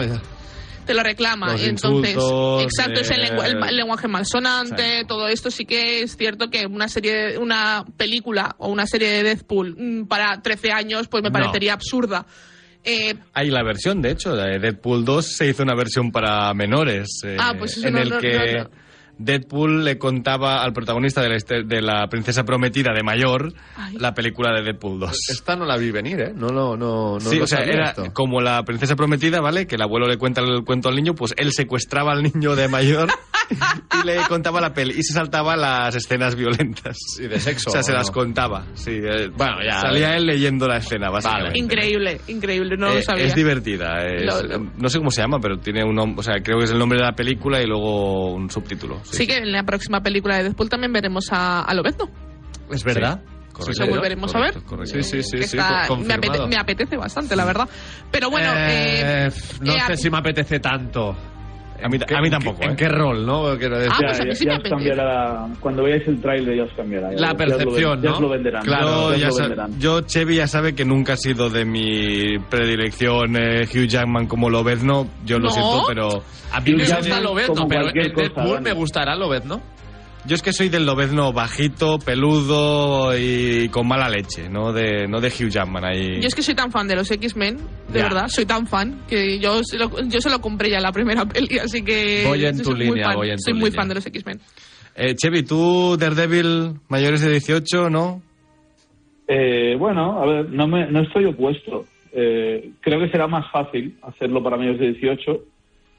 Speaker 3: Te lo reclama.
Speaker 2: Los
Speaker 3: Entonces,
Speaker 2: insultos,
Speaker 3: exacto, es el,
Speaker 2: eh,
Speaker 3: lengua- el ma- el lenguaje malsonante, todo esto sí que es cierto que una serie, una película o una serie de Deadpool mm, para 13 años, pues me
Speaker 4: No.
Speaker 3: parecería absurda. Eh,
Speaker 4: Hay la versión, de hecho, la de Deadpool 2 se hizo una versión para menores, eh,
Speaker 3: Ah, pues eso
Speaker 4: en
Speaker 3: no,
Speaker 4: el
Speaker 3: no,
Speaker 4: que
Speaker 3: no, no.
Speaker 4: Deadpool le contaba al protagonista de la, este- de la princesa prometida de mayor
Speaker 3: Ay.
Speaker 4: la película de Deadpool 2.
Speaker 2: Esta no la vi venir, ¿eh? No, no, no. no
Speaker 4: sí,
Speaker 2: lo
Speaker 4: o sea,
Speaker 2: sabía
Speaker 4: era
Speaker 2: esto.
Speaker 4: como la princesa prometida, ¿vale? Que el abuelo le cuenta el cuento al niño, pues él secuestraba al niño de mayor y le contaba la peli y se saltaba las escenas violentas.
Speaker 2: Y de sexo,
Speaker 4: O sea, se
Speaker 2: ¿o
Speaker 4: las
Speaker 2: no?
Speaker 4: contaba. Sí, eh,
Speaker 2: Bueno, ya.
Speaker 4: Salía él leyendo la escena, básicamente.
Speaker 3: increíble, increíble, no
Speaker 4: Eh,
Speaker 3: lo sabía.
Speaker 4: Es divertida. es-
Speaker 3: Lo- lo-
Speaker 4: No sé cómo se llama, pero tiene un nom- o sea, creo que es el nombre de la película y luego un subtítulo.
Speaker 3: Sí, que en la próxima película de Deadpool también veremos a, a Lobezno.
Speaker 2: ¿Es verdad?
Speaker 4: correcto.
Speaker 3: lo volveremos
Speaker 4: Correcto,
Speaker 3: a ver.
Speaker 4: correcto.
Speaker 2: Sí, sí, sí,
Speaker 3: que
Speaker 2: sí,
Speaker 3: está-
Speaker 2: co-
Speaker 3: me, apete-
Speaker 2: confirmado.
Speaker 3: me apetece bastante, la verdad. Pero bueno, eh,
Speaker 2: Eh, f- no
Speaker 3: eh,
Speaker 2: sé
Speaker 3: a-
Speaker 2: si me apetece tanto.
Speaker 4: A mí, a mí tampoco.
Speaker 2: ¿En
Speaker 4: eh.
Speaker 2: qué rol, no? Quiero decir.
Speaker 3: Ah, pues a
Speaker 5: ya,
Speaker 3: mí sí
Speaker 5: ya
Speaker 3: me
Speaker 5: os
Speaker 3: apetece.
Speaker 5: cambiará la- cuando veáis el trailer ya os cambiará. ya-
Speaker 2: La
Speaker 5: ya os lo
Speaker 2: percepción,
Speaker 5: ven- ya
Speaker 2: ¿no?
Speaker 5: os lo venderán.
Speaker 2: Claro,
Speaker 4: Yo,
Speaker 5: ya
Speaker 4: ya
Speaker 5: os lo
Speaker 4: sa-
Speaker 5: venderán.
Speaker 4: yo, Chevy, ya sabe que nunca ha sido de mi predilección eh, Hugh Jackman como Lobezno. Yo
Speaker 3: No.
Speaker 4: lo siento, pero
Speaker 2: a mí me
Speaker 5: Ya
Speaker 2: gusta
Speaker 5: ves,
Speaker 2: Lobezno,
Speaker 5: como
Speaker 2: pero
Speaker 5: cualquier
Speaker 2: en Deadpool
Speaker 5: cosa, Dani.
Speaker 2: me gustará Lobezno.
Speaker 4: yo es que soy del Lobezno bajito, peludo y con mala leche, no de, no de Hugh Jackman ahí.
Speaker 3: yo es que soy tan fan de los X-Men, de
Speaker 4: Ya.
Speaker 3: verdad, soy tan fan que yo se, lo, yo se lo compré ya en la primera peli, así que.
Speaker 2: Voy en
Speaker 3: soy
Speaker 2: tu
Speaker 3: muy
Speaker 2: línea,
Speaker 3: fan,
Speaker 2: voy en tu
Speaker 3: Soy muy
Speaker 2: línea.
Speaker 3: fan de los X-Men.
Speaker 4: Eh, Chevy, tú, Daredevil, mayores de 18, ¿no?
Speaker 5: Eh, bueno, a ver, no, me, no estoy opuesto. Eh, creo que será más fácil hacerlo para mayores de 18,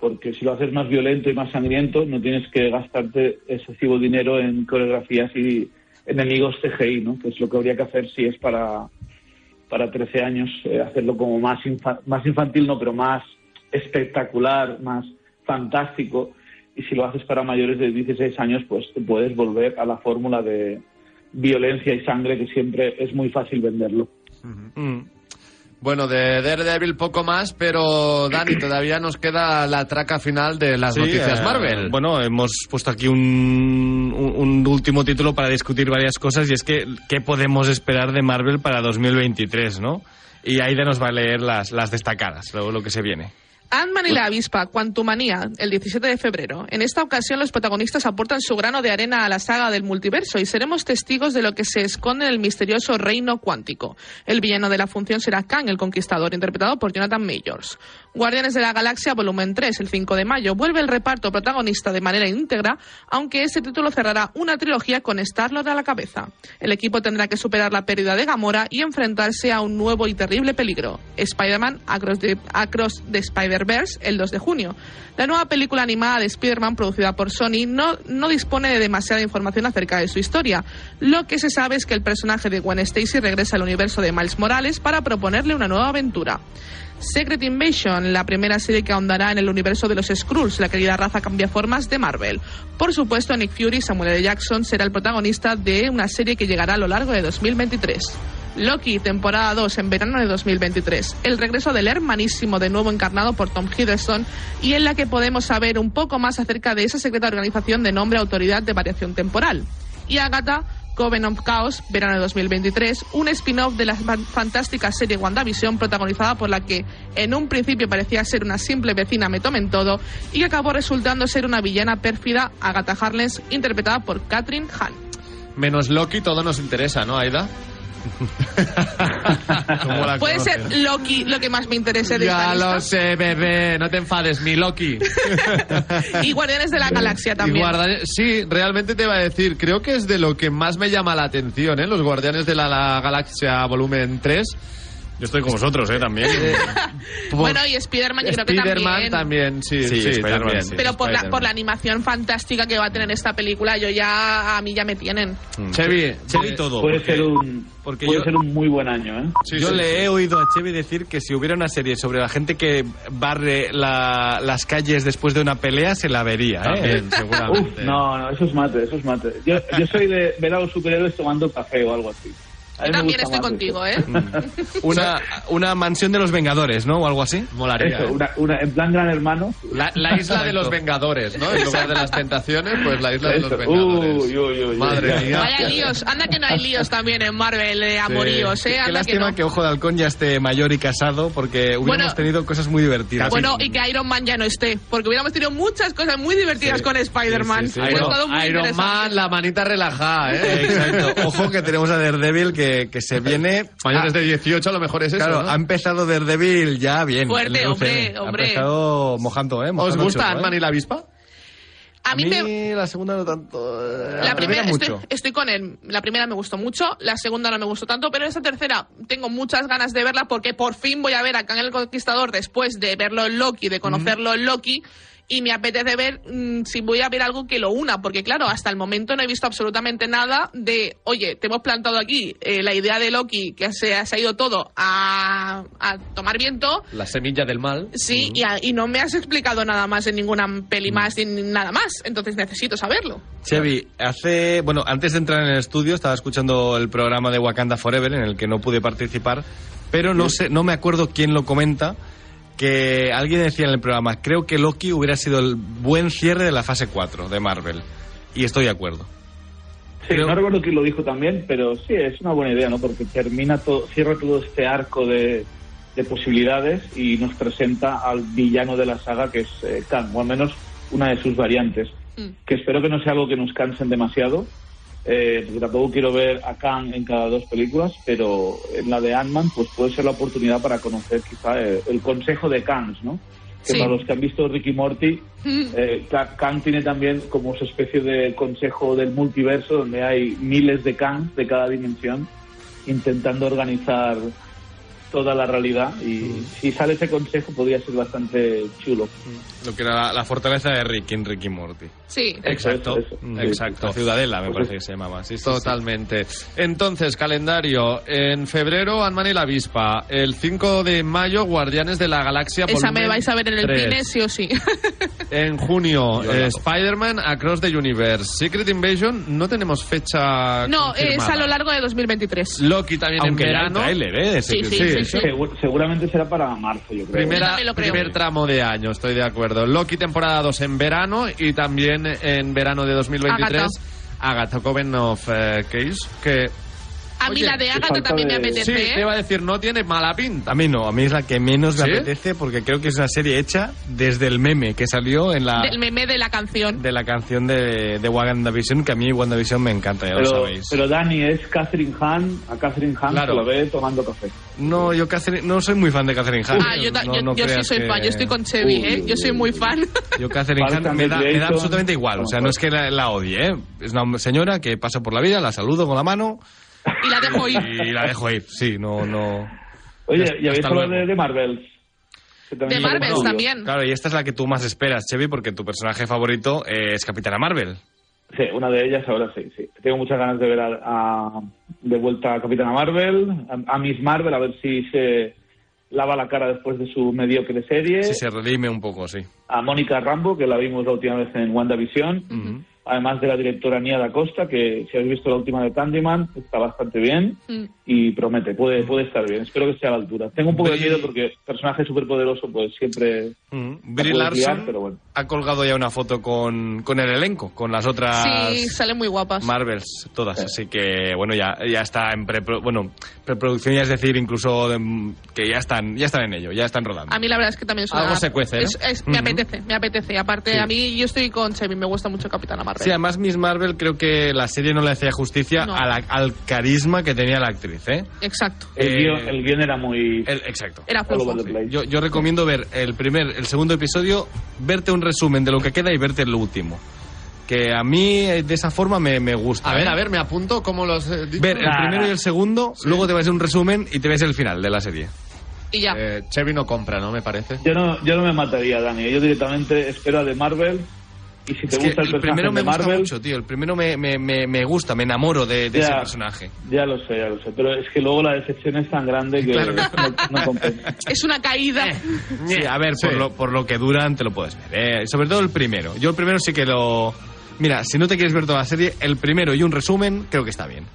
Speaker 5: porque si lo haces más violento y más sangriento, no tienes que gastarte excesivo dinero en coreografías y enemigos CGI, ¿no? Que es lo que habría que hacer si es para, para 13 años, eh, hacerlo como más, infa- más infantil, no, pero más espectacular, más fantástico. Y si lo haces para mayores de 16 años, pues te puedes volver a la fórmula de violencia y sangre que siempre es muy fácil venderlo.
Speaker 4: Mm.
Speaker 2: Bueno, de Daredevil poco más, pero Dani, todavía nos queda la traca final de las
Speaker 4: Sí,
Speaker 2: noticias
Speaker 4: eh,
Speaker 2: Marvel.
Speaker 4: Bueno, hemos puesto aquí un, un- un último título para discutir varias cosas y es que qué podemos esperar de Marvel para 2023, ¿no? Y Aida nos va a leer las, las destacadas, lo, lo que se viene.
Speaker 3: Ant-Man y la avispa, Quantumania, el 17 de febrero. En esta ocasión los protagonistas aportan su grano de arena a la saga del multiverso y seremos testigos de lo que se esconde en el misterioso reino cuántico. El villano de la función será Kang, el conquistador, interpretado por Jonathan Majors. Guardianes de la Galaxia, volumen 3, el 5 de mayo. Vuelve el reparto protagonista de manera íntegra, aunque este título cerrará una trilogía con Star-Lord a la cabeza. El equipo tendrá que superar la pérdida de Gamora y enfrentarse a un nuevo y terrible peligro, Spider-Man Across the, Across the Spider-Verse, el 2 de junio. La nueva película animada de Spider-Man producida por Sony no, no dispone de demasiada información acerca de su historia. Lo que se sabe es que el personaje de Gwen Stacy regresa al universo de Miles Morales para proponerle una nueva aventura. Secret Invasion, la primera serie que ahondará en el universo de los Skrulls, la querida raza cambiaformas de Marvel. Por supuesto, Nick Fury, Samuel L. Jackson será el protagonista de una serie que llegará a lo largo de 2023. Loki, temporada 2, en verano de 2023. El regreso del hermanísimo, de nuevo encarnado por Tom Hiddleston, y en la que podemos saber un poco más acerca de esa secreta organización de nombre Autoridad de Variación Temporal. Y Agatha, Coven of Chaos, verano de 2023, un spin-off de la fan- fantástica serie WandaVision protagonizada por la que en un principio parecía ser una simple vecina me tomen todo y que acabó resultando ser una villana pérfida, Agatha Harness, interpretada por Catherine Hahn.
Speaker 2: Menos Loki, todo nos interesa, ¿no, Aida? ¿Cómo la
Speaker 3: Puede
Speaker 2: conoces?
Speaker 3: ser Loki lo que más me interese de
Speaker 2: Ah, Ya
Speaker 3: esta
Speaker 2: lo
Speaker 3: lista.
Speaker 2: sé, bebé. No te enfades, mi Loki.
Speaker 3: Y Guardianes de la Galaxia también.
Speaker 2: Y guarda- Sí, realmente te iba a decir, creo que es de lo que más me llama la atención, ¿eh? Los Guardianes de la, la Galaxia volumen 3. Yo estoy con vosotros, ¿eh? También.
Speaker 3: Bueno, y Spider-Man yo creo que
Speaker 2: pues, Spider-Man
Speaker 3: también.
Speaker 2: también, sí,
Speaker 4: Sí,
Speaker 2: sí,
Speaker 4: Spider-Man,
Speaker 2: también.
Speaker 4: sí.
Speaker 3: Pero por la,
Speaker 2: Spider-Man.
Speaker 3: por la animación fantástica que va a tener esta película, yo ya a mí ya me tienen.
Speaker 2: Chevy,
Speaker 4: Chevy todo.
Speaker 5: Puede
Speaker 4: porque-
Speaker 5: ser un
Speaker 4: porque
Speaker 5: puede
Speaker 4: yo-
Speaker 5: ser un muy buen año, ¿eh?
Speaker 4: Yo le he oído a Chevy decir que si hubiera una serie sobre la gente que barre la- las calles después de una pelea, se la vería, ¿eh?
Speaker 2: También, seguramente.
Speaker 5: Uf, no, no, eso es mate, eso es mate. Yo, yo soy de ver a los superhéroes tomando café o algo así. A
Speaker 3: Yo
Speaker 5: mí me
Speaker 3: también
Speaker 5: gusta
Speaker 3: estoy
Speaker 5: más
Speaker 3: contigo, ¿eh?
Speaker 4: Una, una mansión de los Vengadores, ¿no? O algo así.
Speaker 2: Molaría.
Speaker 5: Eso,
Speaker 2: ¿eh?
Speaker 5: una, una- en plan gran hermano.
Speaker 2: La, la isla de los Vengadores, ¿no? En lugar de las tentaciones, pues la isla de los
Speaker 5: Eso.
Speaker 2: Vengadores.
Speaker 5: Uy, uy, uy,
Speaker 2: Madre
Speaker 5: uy.
Speaker 2: mía.
Speaker 3: Vaya líos, anda que no hay líos también en Marvel de amoríos,
Speaker 4: Sí.
Speaker 3: ¿eh?
Speaker 4: Qué
Speaker 3: Anda que
Speaker 4: lástima
Speaker 3: no.
Speaker 4: que, Ojo de Halcón ya esté mayor y casado, porque hubiéramos
Speaker 3: Bueno.
Speaker 4: tenido cosas muy divertidas.
Speaker 3: Bueno, y que Iron Man ya no esté, porque hubiéramos tenido muchas cosas muy divertidas con Spider-Man.
Speaker 4: Sí, sí, sí.
Speaker 3: Hubiera
Speaker 4: Iron-
Speaker 3: estado muy
Speaker 2: Iron
Speaker 3: interesante.
Speaker 2: Man, la manita relajada,
Speaker 4: Eh,
Speaker 2: ¿eh?
Speaker 4: Exacto. Ojo que tenemos a Daredevil que, que se viene.
Speaker 2: Mayores
Speaker 4: Ah,
Speaker 2: de 18 a lo mejor es eso,
Speaker 4: Claro,
Speaker 2: ¿no?
Speaker 4: ha empezado Daredevil ya bien.
Speaker 3: Fuerte,
Speaker 4: El UCM.
Speaker 3: hombre, hombre.
Speaker 4: Ha empezado mojando, ¿eh?
Speaker 2: ¿Os
Speaker 4: Mojando
Speaker 2: gusta
Speaker 4: chulo, ¿eh?
Speaker 2: Ant-Man y la avispa?
Speaker 3: A mí me,
Speaker 4: la segunda no tanto. eh,
Speaker 3: La primera,
Speaker 4: mucho.
Speaker 3: Estoy, estoy con él. La primera me gustó mucho, la segunda no me gustó tanto, pero esta tercera tengo muchas ganas de verla porque por fin voy a ver a Kang el Conquistador después de verlo en Loki, de conocerlo en Loki. Y me apetece ver mm, si voy a ver algo que lo una, porque claro, hasta el momento no he visto absolutamente nada de, oye, te hemos plantado aquí eh, la idea de Loki, que se, se ha ido todo a, a tomar viento,
Speaker 2: La semilla del mal.
Speaker 3: sí, y, a- y no me has explicado nada más en ninguna peli
Speaker 2: Mm.
Speaker 3: más, ni nada más, entonces necesito saberlo.
Speaker 4: Chevy, hace. Bueno, antes de entrar en el estudio, estaba escuchando el programa de Wakanda Forever, en el que no pude participar, pero no, sé, no me acuerdo quién lo comenta. Que alguien decía en el programa, creo que Loki hubiera sido el buen cierre de la fase 4 de Marvel. Y estoy de acuerdo.
Speaker 5: Sí,
Speaker 4: Pero-
Speaker 5: no recuerdo quién lo dijo también, pero sí, es una buena idea, ¿no? Porque termina todo, cierra todo este arco de, de posibilidades y nos presenta al villano de la saga, que es eh, Kang, o al menos una de sus variantes.
Speaker 3: Mm.
Speaker 5: Que espero que no sea algo que nos cansen demasiado, eh, porque tampoco quiero ver a Kang en cada dos películas, pero en la de Ant-Man, pues puede ser la oportunidad para conocer quizá eh, el consejo de Kang, ¿no? Que
Speaker 3: Sí.
Speaker 5: para los que han visto Ricky Morty,
Speaker 3: Mm.
Speaker 5: eh, Ka- Kang tiene también como su especie de consejo del multiverso donde hay miles de Kangs de cada dimensión intentando organizar toda la realidad y
Speaker 4: Mm.
Speaker 5: si sale ese consejo podría ser bastante chulo.
Speaker 4: Lo que era la, la fortaleza de Rick en Ricky Morty.
Speaker 3: Sí.
Speaker 2: Exacto,
Speaker 5: Eso, eso.
Speaker 2: exacto.
Speaker 4: La ciudadela, me parece que se llamaba. Sí, sí, sí.
Speaker 2: Totalmente. Entonces, calendario. En febrero, Ant-Man y la avispa. El 5 de mayo, Guardianes de la Galaxia.
Speaker 3: Esa me
Speaker 2: volumen
Speaker 3: vais a ver en el
Speaker 2: 3.
Speaker 3: cine, sí o sí.
Speaker 2: En junio,
Speaker 4: Yo
Speaker 2: eh,
Speaker 4: la-
Speaker 2: Spider-Man Across the Universe. Secret Invasion, no tenemos fecha.
Speaker 3: no, es
Speaker 2: confirmada.
Speaker 3: a lo largo de 2023.
Speaker 2: Loki también
Speaker 4: Aunque
Speaker 2: en
Speaker 4: ya hay
Speaker 2: verano.
Speaker 4: tráiler, ¿eh? de
Speaker 3: Sí,
Speaker 4: Secret
Speaker 3: sí,
Speaker 4: Invasion.
Speaker 3: sí, sí.
Speaker 5: Segu- seguramente será para marzo, yo creo.
Speaker 3: Yo
Speaker 2: Primera,
Speaker 3: también lo creo.
Speaker 2: primer tramo de año, estoy de acuerdo. Loki temporada 2 en verano y también en verano de 2023
Speaker 3: Agatha.
Speaker 2: Agatha Coven of eh, Chaos, que
Speaker 3: A mí
Speaker 2: Oye,
Speaker 3: la de
Speaker 5: qué
Speaker 3: Agatha
Speaker 5: falta
Speaker 3: también me
Speaker 5: de-
Speaker 2: sí,
Speaker 3: apetece.
Speaker 2: te
Speaker 3: ¿eh?
Speaker 2: iba a decir, no tiene mala pinta.
Speaker 4: A mí no, a mí es la que menos me
Speaker 2: ¿Sí?
Speaker 4: apetece porque creo que es una serie hecha desde el meme que salió en la
Speaker 3: Del meme de la canción.
Speaker 4: de la canción de, de WandaVision, que a mí WandaVision me encanta, ya lo
Speaker 5: Pero,
Speaker 4: sabéis.
Speaker 5: pero Dani es Catherine Hahn, a Catherine Hahn
Speaker 4: Claro.
Speaker 5: se la ve tomando café.
Speaker 4: No, yo Catherine- no soy muy fan de Catherine Hahn.
Speaker 3: ah, yo, ta-
Speaker 4: No-
Speaker 3: yo-
Speaker 4: no
Speaker 3: yo sí
Speaker 4: creas
Speaker 3: soy
Speaker 4: que-
Speaker 3: fan, yo estoy con Chevy,
Speaker 5: Uy,
Speaker 3: ¿eh?
Speaker 5: uy,
Speaker 3: Yo soy
Speaker 5: uy,
Speaker 3: muy
Speaker 5: uy.
Speaker 3: fan.
Speaker 4: Yo Catherine
Speaker 5: Falta
Speaker 4: Hahn me da,
Speaker 5: Miss
Speaker 4: me da
Speaker 5: Jason.
Speaker 4: absolutamente igual, o sea, no es que la, la odie, ¿eh? Es una señora que paso por la vida, la saludo con la mano
Speaker 3: y la dejo ir.
Speaker 4: y la dejo ir. Sí, no, no...
Speaker 5: Oye,
Speaker 4: Hasta
Speaker 5: ¿y habéis hablado
Speaker 4: luego.
Speaker 5: de, de Marvels? Que también
Speaker 3: De
Speaker 5: sale en
Speaker 3: Marvels
Speaker 5: julio.
Speaker 3: también.
Speaker 4: Claro, y esta es la que tú más esperas, Chevy, porque tu personaje favorito eh, es Capitana Marvel.
Speaker 5: Sí, una de ellas ahora sí, sí. Tengo muchas ganas de ver a, a- de vuelta a Capitana Marvel, a, a Miss Marvel, a ver si se lava la cara después de su mediocre serie,
Speaker 4: Sí, se redime un poco, sí.
Speaker 5: a Mónica Rambo, que la vimos la última vez en WandaVision, además de la directora Nia Da Costa, que si habéis visto la última de Candyman, está bastante bien,
Speaker 3: Mm.
Speaker 5: y promete, puede, puede estar bien. Espero que sea a la altura. Tengo un poco de
Speaker 4: Brie-
Speaker 5: miedo porque personaje súper poderoso, pues siempre.
Speaker 4: Mm,
Speaker 5: Mm-hmm. la
Speaker 4: Brie
Speaker 5: puedes
Speaker 4: Larson
Speaker 5: liar, pero bueno.
Speaker 4: ha colgado ya una foto con, con el elenco, con las otras
Speaker 3: Sí, salen muy guapas.
Speaker 4: Marvels, todas. Así que, bueno, ya, ya está en pre bueno, preproducción, ya es decir, incluso de- que ya están, ya están en ello, ya están rodando.
Speaker 3: A mí la verdad es que también es una...
Speaker 4: Algo se cuece, ¿no?
Speaker 3: es- es- me
Speaker 4: Ujú.
Speaker 3: apetece, me apetece. Y Aparte,
Speaker 4: Sí.
Speaker 3: a mí yo estoy con Chevy, me gusta mucho Capitana Marvel.
Speaker 4: Sí, además Miss Marvel creo que la serie no le hacía justicia
Speaker 3: No.
Speaker 4: a la- al carisma que tenía la actriz, ¿eh?
Speaker 3: Exacto.
Speaker 4: Eh,
Speaker 5: era muy...
Speaker 4: exacto.
Speaker 3: Era flojo.
Speaker 4: Sí. Yo, yo recomiendo ver el primer, el segundo episodio, verte un resumen de lo que queda y verte el último. Que a mí eh, de esa forma me, me gusta.
Speaker 2: A ver,
Speaker 4: ¿eh?
Speaker 2: a ver, me apunto como los... eh, dicho.
Speaker 4: Ver el
Speaker 3: Ah.
Speaker 4: primero y el segundo, luego te ves un resumen y te ves el final de la serie.
Speaker 3: Y ya.
Speaker 2: Eh, Chevy no compra, ¿no? Me parece.
Speaker 5: Yo no, yo no me mataría, Dani. Yo directamente espero a de Marvel. Y si te
Speaker 4: Es que
Speaker 5: gusta el,
Speaker 4: el
Speaker 5: personaje
Speaker 4: primero me
Speaker 5: de Marvel.
Speaker 4: gusta mucho, tío. El primero me, me, me, me gusta, me enamoro de, de
Speaker 5: Ya.
Speaker 4: ese personaje.
Speaker 5: Ya lo sé, ya lo sé. Pero es que luego la decepción es tan grande que
Speaker 4: Claro.
Speaker 5: no, no compensa.
Speaker 3: Es una caída.
Speaker 4: Eh, Sí, a ver, por, lo, por lo que duran te lo puedes ver. eh, sobre todo el primero. Yo el primero sí que lo... Mira, si no te quieres ver toda la serie, el primero y un resumen creo que está bien.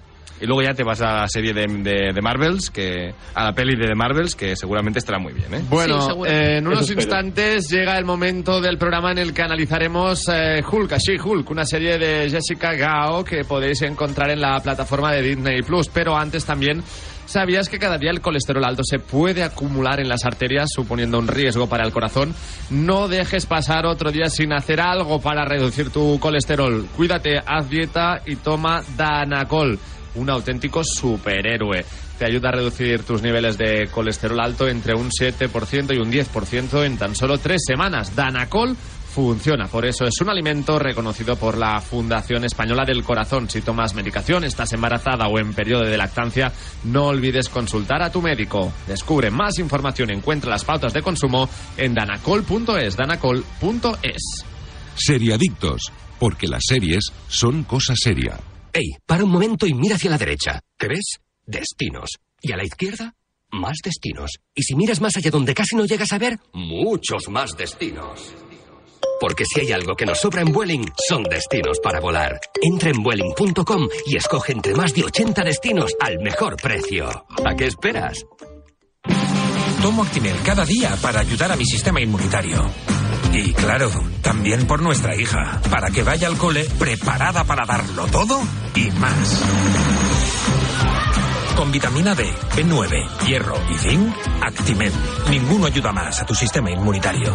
Speaker 4: Y luego ya te vas a la serie de, de, de Marvels, que a la peli de The Marvels, que seguramente estará muy bien, ¿eh?
Speaker 2: Bueno, eh, en unos
Speaker 4: Eso espero.
Speaker 2: instantes llega el momento del programa en el que analizaremos eh, Hulk, así Hulk, una serie de Jessica Gao que podéis encontrar en la plataforma de Disney Plus. Pero antes también, ¿sabías que cada día el colesterol alto se puede acumular en las arterias, suponiendo un riesgo para el corazón? No dejes pasar otro día sin hacer algo para reducir tu colesterol. Cuídate, haz dieta y toma Danacol un auténtico superhéroe. Te ayuda a reducir tus niveles de colesterol alto entre un 7% y un 10% en tan solo tres semanas. Danacol funciona, por eso es un alimento reconocido por la Fundación Española del Corazón. Si tomas medicación, estás embarazada o en periodo de lactancia, no olvides consultar a tu médico. Descubre más información, encuentra las pautas de consumo en danacol.es, danacol.es.
Speaker 1: Seriadictos, porque las series son cosa seria.
Speaker 10: Ey, para un momento y mira hacia la derecha. ¿Qué ves? Destinos. Y a la izquierda, más destinos. Y si miras más allá donde casi no llegas a ver, muchos más destinos. Porque si hay algo que nos sobra en Vueling, son destinos para volar. Entra en Vueling.com y escoge entre más de 80 destinos al mejor precio. ¿A qué esperas?
Speaker 12: Tomo Actimel cada día para ayudar a mi sistema inmunitario. Y claro, también por nuestra hija, para que vaya al cole preparada para darlo todo y más. Con vitamina D, B9, hierro y zinc, Actimel. Ninguno ayuda más a tu sistema inmunitario.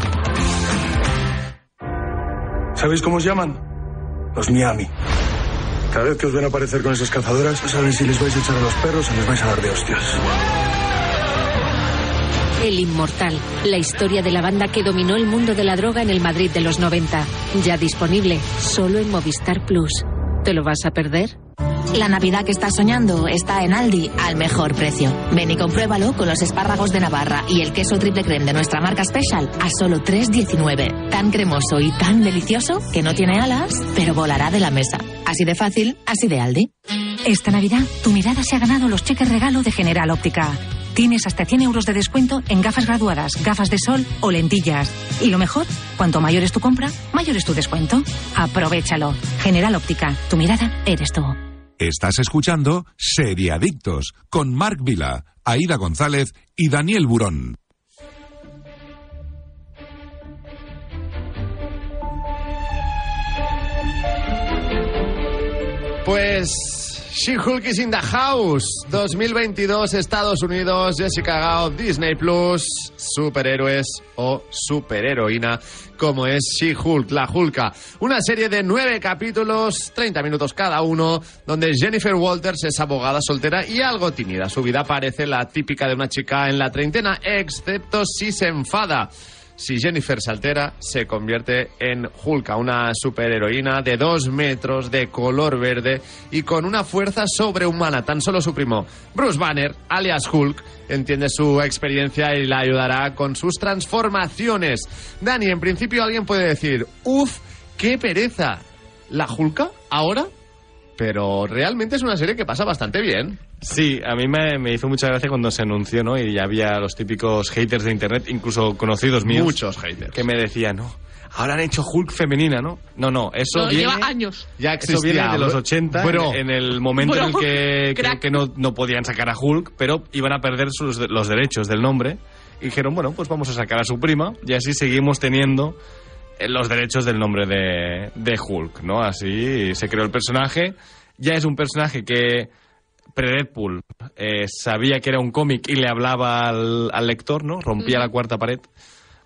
Speaker 6: ¿Sabéis cómo os llaman? Los Miami. Cada vez que os ven aparecer con esas cazadoras, no saben si les vais a echar a los perros o les vais a dar de hostias.
Speaker 13: El Inmortal, la historia de la banda que dominó el mundo de la droga en el Madrid de los 90. Ya disponible, solo en Movistar Plus. ¿Te lo vas a perder?
Speaker 14: La Navidad que estás soñando está en Aldi al mejor precio. Ven y compruébalo con los espárragos de Navarra y el queso triple creme de nuestra marca Special a solo 3,19. Tan cremoso y tan delicioso que no tiene alas, pero volará de la mesa. Así de fácil, así de Aldi.
Speaker 7: Esta Navidad, tu mirada se ha ganado los cheques regalo de General Óptica. Tienes hasta 100 euros de descuento en gafas graduadas, gafas de sol o lentillas. Y lo mejor, cuanto mayor es tu compra, mayor es tu descuento. Aprovechalo. General Óptica, tu mirada eres tú.
Speaker 1: Estás escuchando Seriadictos con Marc Vila, Aida González y Daniel Burón.
Speaker 2: Pues She-Hulk is in the house 2022 Estados Unidos Jessica Gao Disney Plus superhéroes o superheroína como es She-Hulk la Hulka una serie de nueve capítulos 30 minutos cada uno donde Jennifer Walters es abogada soltera y algo tímida su vida parece la típica de una chica en la treintena excepto si se enfada si Jennifer se altera, se convierte en Hulka, una superheroína de dos metros, de color verde y con una fuerza sobrehumana. Tan solo su primo, Bruce Banner, alias Hulk, entiende su experiencia y la ayudará con sus transformaciones. Dani, en principio alguien puede decir, uff, qué pereza. ¿La Hulka? ¿Ahora? Pero realmente es una serie que pasa bastante bien.
Speaker 4: Sí, a mí me, me hizo mucha gracia cuando se anunció, ¿no? Y había los típicos haters de internet, incluso conocidos míos.
Speaker 2: Muchos haters.
Speaker 4: Que me decían, ¿no? Ahora han hecho Hulk femenina, ¿no? No, no, eso
Speaker 3: No,
Speaker 4: viene...
Speaker 3: lleva años.
Speaker 2: Ya
Speaker 4: Eso viene de los 80,
Speaker 2: Bro.
Speaker 4: en el momento en el
Speaker 3: Bro.
Speaker 4: que, creo
Speaker 3: Crack.
Speaker 4: que no, no podían sacar a Hulk, pero iban a perder sus, los derechos del nombre. Y dijeron, bueno, pues vamos a sacar a su prima y así seguimos teniendo eh, los derechos del nombre de, de Hulk, ¿no? Así se creó el personaje. Ya es un personaje que pre-Deadpool eh, sabía que era un cómic y le hablaba al, al lector, ¿no? Rompía la cuarta pared.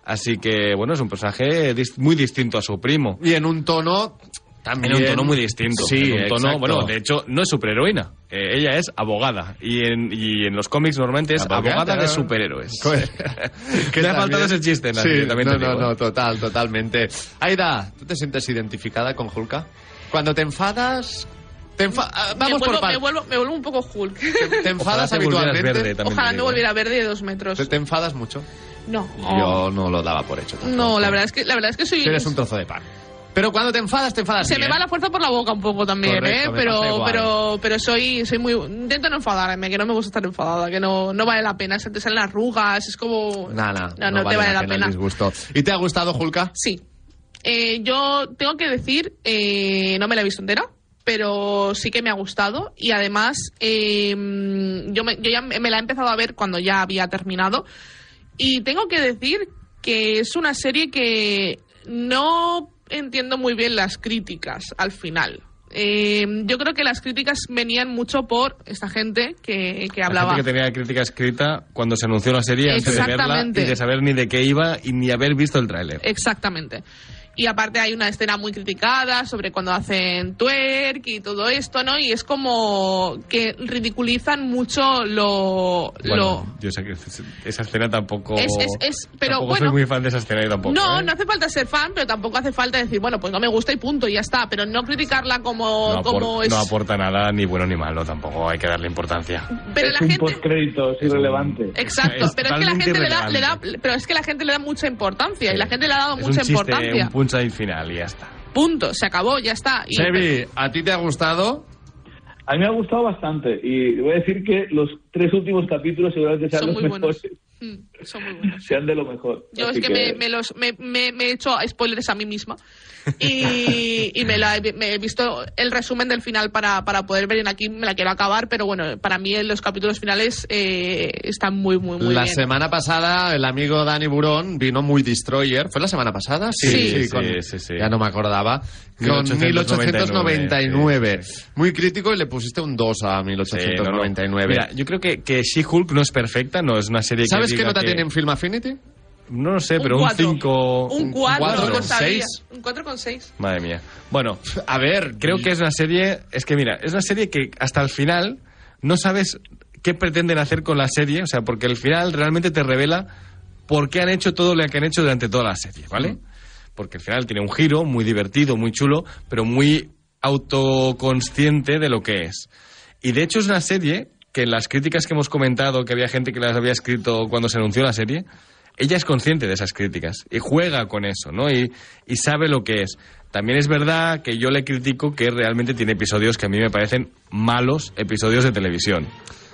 Speaker 4: Así que, bueno, es un personaje dis- muy distinto a su primo.
Speaker 2: Y en un tono también.
Speaker 4: En un tono muy distinto.
Speaker 2: Sí,
Speaker 4: en un tono,
Speaker 2: exacto.
Speaker 4: bueno, de hecho, no es superheroína. Eh, ella es abogada. Y en, y en los cómics normalmente es
Speaker 2: Abogada.
Speaker 4: abogada, de superhéroes.
Speaker 2: Que
Speaker 4: Le ha
Speaker 2: también-
Speaker 4: faltado ese chiste, Nacho,
Speaker 2: Sí,
Speaker 4: yo también
Speaker 2: no,
Speaker 4: te
Speaker 2: no,
Speaker 4: digo,
Speaker 2: no,
Speaker 4: ¿eh?
Speaker 2: total, totalmente. Aida, ¿tú te sientes identificada con Hulka? Cuando te enfadas... Te enfa- ah,
Speaker 3: me,
Speaker 2: Vamos
Speaker 3: vuelvo,
Speaker 2: por
Speaker 3: me,
Speaker 2: partes.
Speaker 3: vuelvo, me vuelvo un poco Hulk.
Speaker 2: Te enfadas
Speaker 4: Ojalá te volvieras
Speaker 2: habitualmente.
Speaker 4: verde, también
Speaker 3: Ojalá
Speaker 4: te
Speaker 3: me
Speaker 4: digo, ¿eh?
Speaker 3: volviera verde de dos metros.
Speaker 2: ¿Te, te enfadas mucho?
Speaker 3: No.
Speaker 2: Yo no lo daba por hecho. tampoco.
Speaker 3: Oh. No, la verdad es que, la verdad es que soy...
Speaker 2: Tú Eres un trozo de pan. Pero cuando te enfadas, te enfadas
Speaker 3: Se
Speaker 2: bien.
Speaker 3: me va la fuerza por la boca un poco también,
Speaker 2: Correcto, me
Speaker 3: ¿eh?
Speaker 2: pasa
Speaker 3: Pero,
Speaker 2: igual.
Speaker 3: pero, pero soy, soy muy... Intento no enfadarme, que no me gusta estar enfadada, que no, no vale la pena. Se te salen las arrugas, es como...
Speaker 2: Nada,
Speaker 3: No, no te vale la pena.
Speaker 2: el disgusto. ¿Y te ha gustado, Julka?
Speaker 3: Sí. Eh, yo tengo que decir, eh, no me la he visto entera, pero sí que me ha gustado y además eh, yo, me, yo ya me me la he empezado a ver cuando ya había terminado y tengo que decir que es una serie que no entiendo muy bien las críticas al final. Eh, yo creo que las críticas venían mucho por esta gente que, que
Speaker 4: La
Speaker 3: hablaba.
Speaker 4: gente que tenía la crítica escrita cuando se anunció la serie antes de verla y
Speaker 3: Exactamente. Eh,
Speaker 4: de saber ni de qué iba y ni haber visto el tráiler.
Speaker 3: Exactamente. Y aparte hay una escena muy criticada sobre cuando hacen twerk y todo esto, ¿no? Y es como que ridiculizan mucho lo...
Speaker 4: Bueno,
Speaker 3: lo-
Speaker 4: yo sé que es- esa escena tampoco.
Speaker 3: Es- es- es- pero
Speaker 4: tampoco
Speaker 3: bueno.
Speaker 4: soy muy fan de esa escena y tampoco.
Speaker 3: no,
Speaker 4: ¿eh?
Speaker 3: no hace falta ser fan, pero tampoco hace falta decir, bueno, pues no me gusta y punto, y ya está. Pero no criticarla como,
Speaker 4: No apor-
Speaker 3: como es...
Speaker 4: no aporta nada, ni bueno ni malo, tampoco hay que darle importancia.
Speaker 3: pero la
Speaker 5: un
Speaker 3: gente...
Speaker 5: postcrédito, es irrelevante.
Speaker 3: Exacto,
Speaker 4: Es
Speaker 3: pero es que la
Speaker 4: totalmente
Speaker 3: gente le da, le da-
Speaker 4: irrelevante.
Speaker 3: pero es que la gente le da mucha importancia y la gente le ha dado
Speaker 4: Es un
Speaker 3: mucha
Speaker 4: chiste,
Speaker 3: importancia.
Speaker 4: un punchline final y ya está.
Speaker 3: Punto, se acabó, ya está. Y-
Speaker 2: Sebi, ¿a ti te ha gustado?
Speaker 5: A mí me ha gustado bastante y voy a decir que los tres últimos capítulos seguramente sean
Speaker 3: Son
Speaker 5: los
Speaker 3: muy buenos.
Speaker 5: mejores,
Speaker 3: Mm, son muy buenos.
Speaker 5: sean de lo mejor.
Speaker 3: Yo
Speaker 5: Así
Speaker 3: es que, Me, me los, me, me- me he hecho spoilers a mí misma y, y me, la he, me he visto el resumen del final para, para poder ver en aquí, me la quiero acabar, pero bueno, para mí en los capítulos finales eh, están muy, muy, muy
Speaker 2: la
Speaker 3: bien.
Speaker 2: semana pasada el amigo Dani Burón vino muy destroyer. ¿Fue la semana pasada?
Speaker 3: Sí,
Speaker 4: sí, sí, sí.
Speaker 2: Ya no me acordaba. Con
Speaker 4: 1899,
Speaker 2: 1899. Muy crítico y le pusiste un 2 a
Speaker 4: Sí, no, no.
Speaker 2: 1899.
Speaker 4: Mira, yo creo que, que She-Hulk no es perfecta, no es una serie que.
Speaker 2: ¿Sabes qué
Speaker 4: diga
Speaker 2: nota tiene en Film Affinity?
Speaker 4: No lo sé,
Speaker 3: Un
Speaker 4: pero
Speaker 3: cuatro.
Speaker 4: un 5.
Speaker 3: un 4,
Speaker 2: cuatro,
Speaker 3: no
Speaker 2: un
Speaker 3: sabía.
Speaker 2: seis.
Speaker 3: Un 4 con 6.
Speaker 4: Madre mía. Bueno, a ver, creo que es una serie. Es que mira, es una serie que hasta el final no sabes qué pretenden hacer con la serie, o sea, porque el final realmente te revela por qué han hecho todo lo que han hecho durante toda la serie, ¿vale? Porque el final tiene un giro muy divertido, muy chulo, pero muy autoconsciente de lo que es. Y de hecho es una serie que en las críticas que hemos comentado, que había gente que las había escrito cuando se anunció la serie, ella es consciente de esas críticas y juega con eso, ¿no? Y, y sabe lo que es. También es verdad que yo le critico que realmente tiene episodios que a mí me parecen malos episodios de televisión.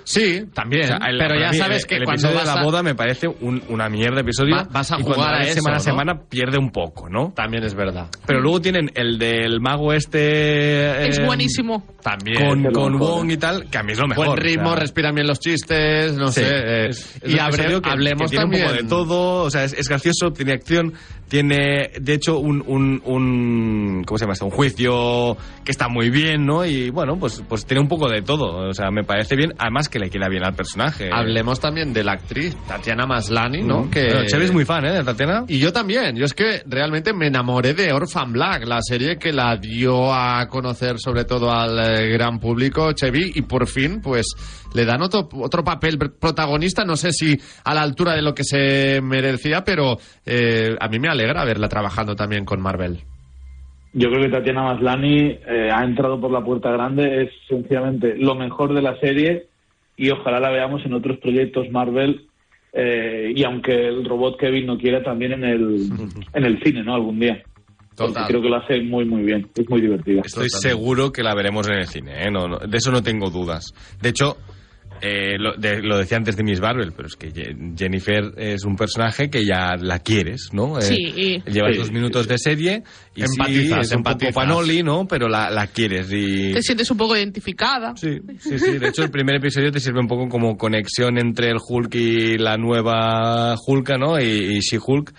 Speaker 2: Sí, también.
Speaker 4: O sea, el-
Speaker 2: pero
Speaker 4: para
Speaker 2: ya
Speaker 4: mí,
Speaker 2: sabes
Speaker 4: el-
Speaker 2: que
Speaker 4: el
Speaker 2: cuando
Speaker 4: episodio
Speaker 2: vas
Speaker 4: de la
Speaker 2: a-
Speaker 4: boda me parece un- una mierda episodio.
Speaker 2: Va- vas a
Speaker 4: y cuando
Speaker 2: jugar a
Speaker 4: ves
Speaker 2: eso,
Speaker 4: semana a
Speaker 2: ¿no?
Speaker 4: semana pierde un poco, ¿no?
Speaker 2: También es verdad.
Speaker 4: Pero luego tienen el del mago este...
Speaker 3: es
Speaker 4: eh,
Speaker 3: buenísimo.
Speaker 2: También.
Speaker 4: Con, con Wong y tal, que a mí es lo mejor.
Speaker 2: Buen
Speaker 4: o sea.
Speaker 2: ritmo, respiran bien los chistes, no
Speaker 4: Sí,
Speaker 2: sé. eh,
Speaker 4: es- es
Speaker 2: y
Speaker 4: un
Speaker 2: habre-
Speaker 4: episodio que-
Speaker 2: hablemos
Speaker 4: que tiene
Speaker 2: también
Speaker 4: un poco de todo, o sea, es, es gracioso, tiene acción, tiene de hecho un, un, un ¿cómo se llama esto? Un juicio que está muy bien, ¿no? Y bueno, pues pues tiene un poco de todo, o sea, me parece bien, además que le queda bien al personaje.
Speaker 2: Hablemos también de la actriz Tatiana Maslani, ¿no?
Speaker 4: ¿no?
Speaker 2: Que
Speaker 4: Mm. Bueno, Xavi es muy fan, ¿eh? De Tatiana.
Speaker 2: Y yo también, yo es que realmente me enamoré de Orphan Black, la serie que la dio a conocer sobre todo al eh, gran público, Chevy, y por fin pues le dan otro, otro papel pr- protagonista, no sé si a la altura de lo que se merecía, pero eh, a mí me alegra verla trabajando también con Marvel.
Speaker 5: Yo creo que Tatiana Maslani eh, ha entrado por la puerta grande, es sencillamente lo mejor de la serie y ojalá la veamos en otros proyectos Marvel eh, y aunque el robot Kevin no quiera también en el, en el cine, ¿no? Algún día. Porque creo que lo hace muy, muy bien. Es muy divertida.
Speaker 4: Estoy seguro que la veremos en el cine, ¿eh? No, no, de eso no tengo dudas. De hecho, eh, lo, de- lo decía antes de Miss Marvel, pero es que Ye- Jennifer es un personaje que ya la quieres, ¿no? Eh,
Speaker 3: Sí, y-
Speaker 4: Llevas
Speaker 3: Sí,
Speaker 4: dos minutos de serie y sí,
Speaker 2: Empatizas,
Speaker 4: es un
Speaker 2: empatizas.
Speaker 4: poco panoli, ¿no? Pero la, la quieres y...
Speaker 3: Te sientes un poco identificada.
Speaker 4: Sí, Sí, sí, de hecho el primer episodio te sirve un poco como conexión entre el Hulk y la nueva Hulka, ¿no? Y, y She-Hulk,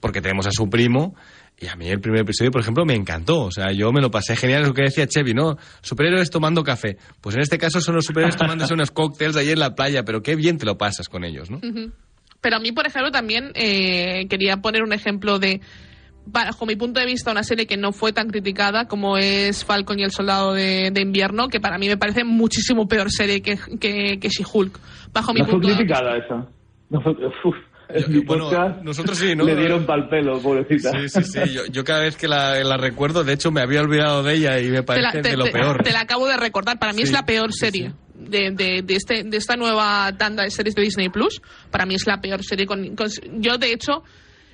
Speaker 4: porque tenemos a su primo. Y a mí el primer episodio, por ejemplo, me encantó. O sea, yo me lo pasé genial, es lo que decía Chevy, ¿no? Superhéroes tomando café. Pues en este caso son los superhéroes tomándose unos cócteles ahí en la playa, pero qué bien te lo pasas con ellos, ¿no?
Speaker 3: Ujú. Pero a mí, por ejemplo, también eh, quería poner un ejemplo de, bajo mi punto de vista, una serie que no fue tan criticada como es Falcon y el Soldado de, de Invierno, que para mí me parece muchísimo peor serie que, que, que She-Hulk. Bajo mi
Speaker 5: No fue
Speaker 3: punto de
Speaker 5: criticada esa. No fue- uf, en mi podcast
Speaker 4: Eh, nosotros sí, ¿no?
Speaker 5: Le dieron pal pelo, pobrecita.
Speaker 4: Sí, sí, sí. Yo, yo cada vez que la, la recuerdo, de hecho, me había olvidado de ella y me
Speaker 3: te
Speaker 4: parece
Speaker 3: la, te-
Speaker 4: de lo
Speaker 3: te-
Speaker 4: peor.
Speaker 3: te la acabo de recordar. Para mí es
Speaker 4: Sí,
Speaker 3: la peor serie de, de- de este, de esta nueva tanda de series de Disney Plus. Para mí es la peor serie. con- con- yo, de hecho,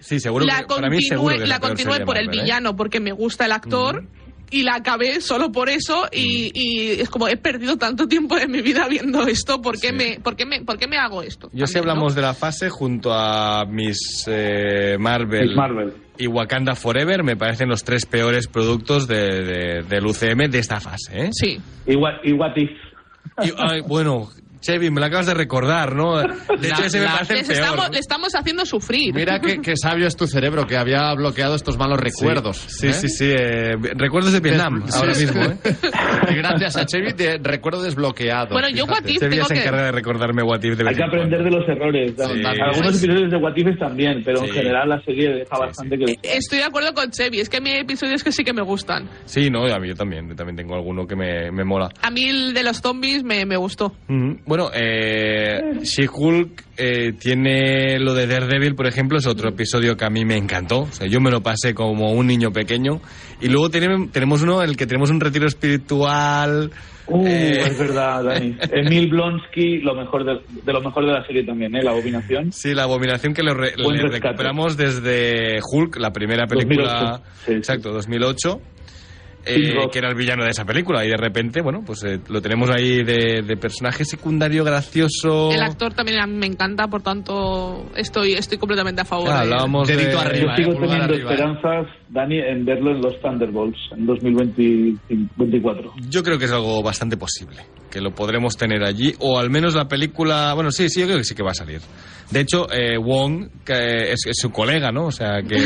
Speaker 4: Sí, seguro
Speaker 3: la
Speaker 4: que para mí
Speaker 3: continúe,
Speaker 4: seguro que es
Speaker 3: la
Speaker 4: peor
Speaker 3: continúe
Speaker 4: serie
Speaker 3: por el
Speaker 4: Marvel, ¿eh?
Speaker 3: villano, porque me gusta el actor. Y la acabé solo por eso y, y es como he perdido tanto tiempo de mi vida viendo esto, ¿por qué, me, por qué, me, por qué me hago esto?
Speaker 4: Yo si hablamos de la fase junto a Miss eh, Marvel,
Speaker 5: Miss Marvel.
Speaker 4: y Wakanda Forever, me parecen los tres peores productos de, de- del UCM de esta fase. ¿eh?
Speaker 3: Sí.
Speaker 5: Y what, y what if.
Speaker 4: Y, ay, bueno, Chevy, me lo acabas de recordar, ¿no? De hecho, ese me parece el
Speaker 3: Les
Speaker 4: peor.
Speaker 3: estamos, le estamos haciendo sufrir.
Speaker 2: Mira qué, qué sabio es tu cerebro, que había bloqueado estos malos recuerdos.
Speaker 4: Sí, sí, sí. eh, recuerdos de Vietnam,
Speaker 2: Sí,
Speaker 4: ahora
Speaker 2: sí.
Speaker 4: mismo, ¿eh?
Speaker 2: Y Gracias a Chevy, de recuerdo desbloqueado.
Speaker 3: Bueno, yo What If
Speaker 4: Chevy ya
Speaker 3: tengo
Speaker 4: se
Speaker 3: que-
Speaker 4: encarga de recordarme What If de
Speaker 5: Hay
Speaker 4: vez
Speaker 5: que
Speaker 4: en cuando.
Speaker 5: aprender de los errores. Algunos episodios de What If también, pero en general la serie deja bastante que...
Speaker 3: Eh, Estoy de acuerdo con Chevy, es que a mí hay episodios que sí que me gustan.
Speaker 4: Sí, no, a mí yo también. Yo también tengo alguno que me, me mola.
Speaker 3: A mí el de los zombies me, me gustó.
Speaker 4: Ujú. Bueno, eh, She-Hulk eh, tiene lo de Daredevil, por ejemplo, es otro episodio que a mí me encantó. O sea, yo me lo pasé como un niño pequeño. Y luego tenemos, tenemos uno en el que tenemos un retiro espiritual.
Speaker 5: Uh,
Speaker 4: eh,
Speaker 5: es verdad, Dani. Emil Blonsky, lo mejor de, de lo mejor de la serie también, ¿eh? La abominación.
Speaker 4: Sí, la abominación que lo re-
Speaker 5: Buen
Speaker 4: le
Speaker 5: rescate.
Speaker 4: recuperamos desde Hulk, la primera película.
Speaker 5: 2008.
Speaker 4: Exacto, 2008. eh,
Speaker 5: Tim Roth.
Speaker 4: que era el villano de esa película y de repente, bueno, pues eh, lo tenemos ahí de, de personaje secundario gracioso.
Speaker 3: El actor también a mí me encanta, por tanto estoy, estoy completamente a favor.
Speaker 4: Ah,
Speaker 3: de-
Speaker 4: hablábamos de-
Speaker 5: Yo sigo
Speaker 4: pulgar
Speaker 5: teniendo
Speaker 4: arriba, eh.
Speaker 5: esperanzas, Dani, en verlo en los Thunderbolts en 2024.
Speaker 4: Yo creo que es algo bastante posible, que lo podremos tener allí, o al menos la película, bueno, sí, sí, yo creo que sí que va a salir. De hecho, eh, Wong que es, es su colega, ¿no? O sea, que,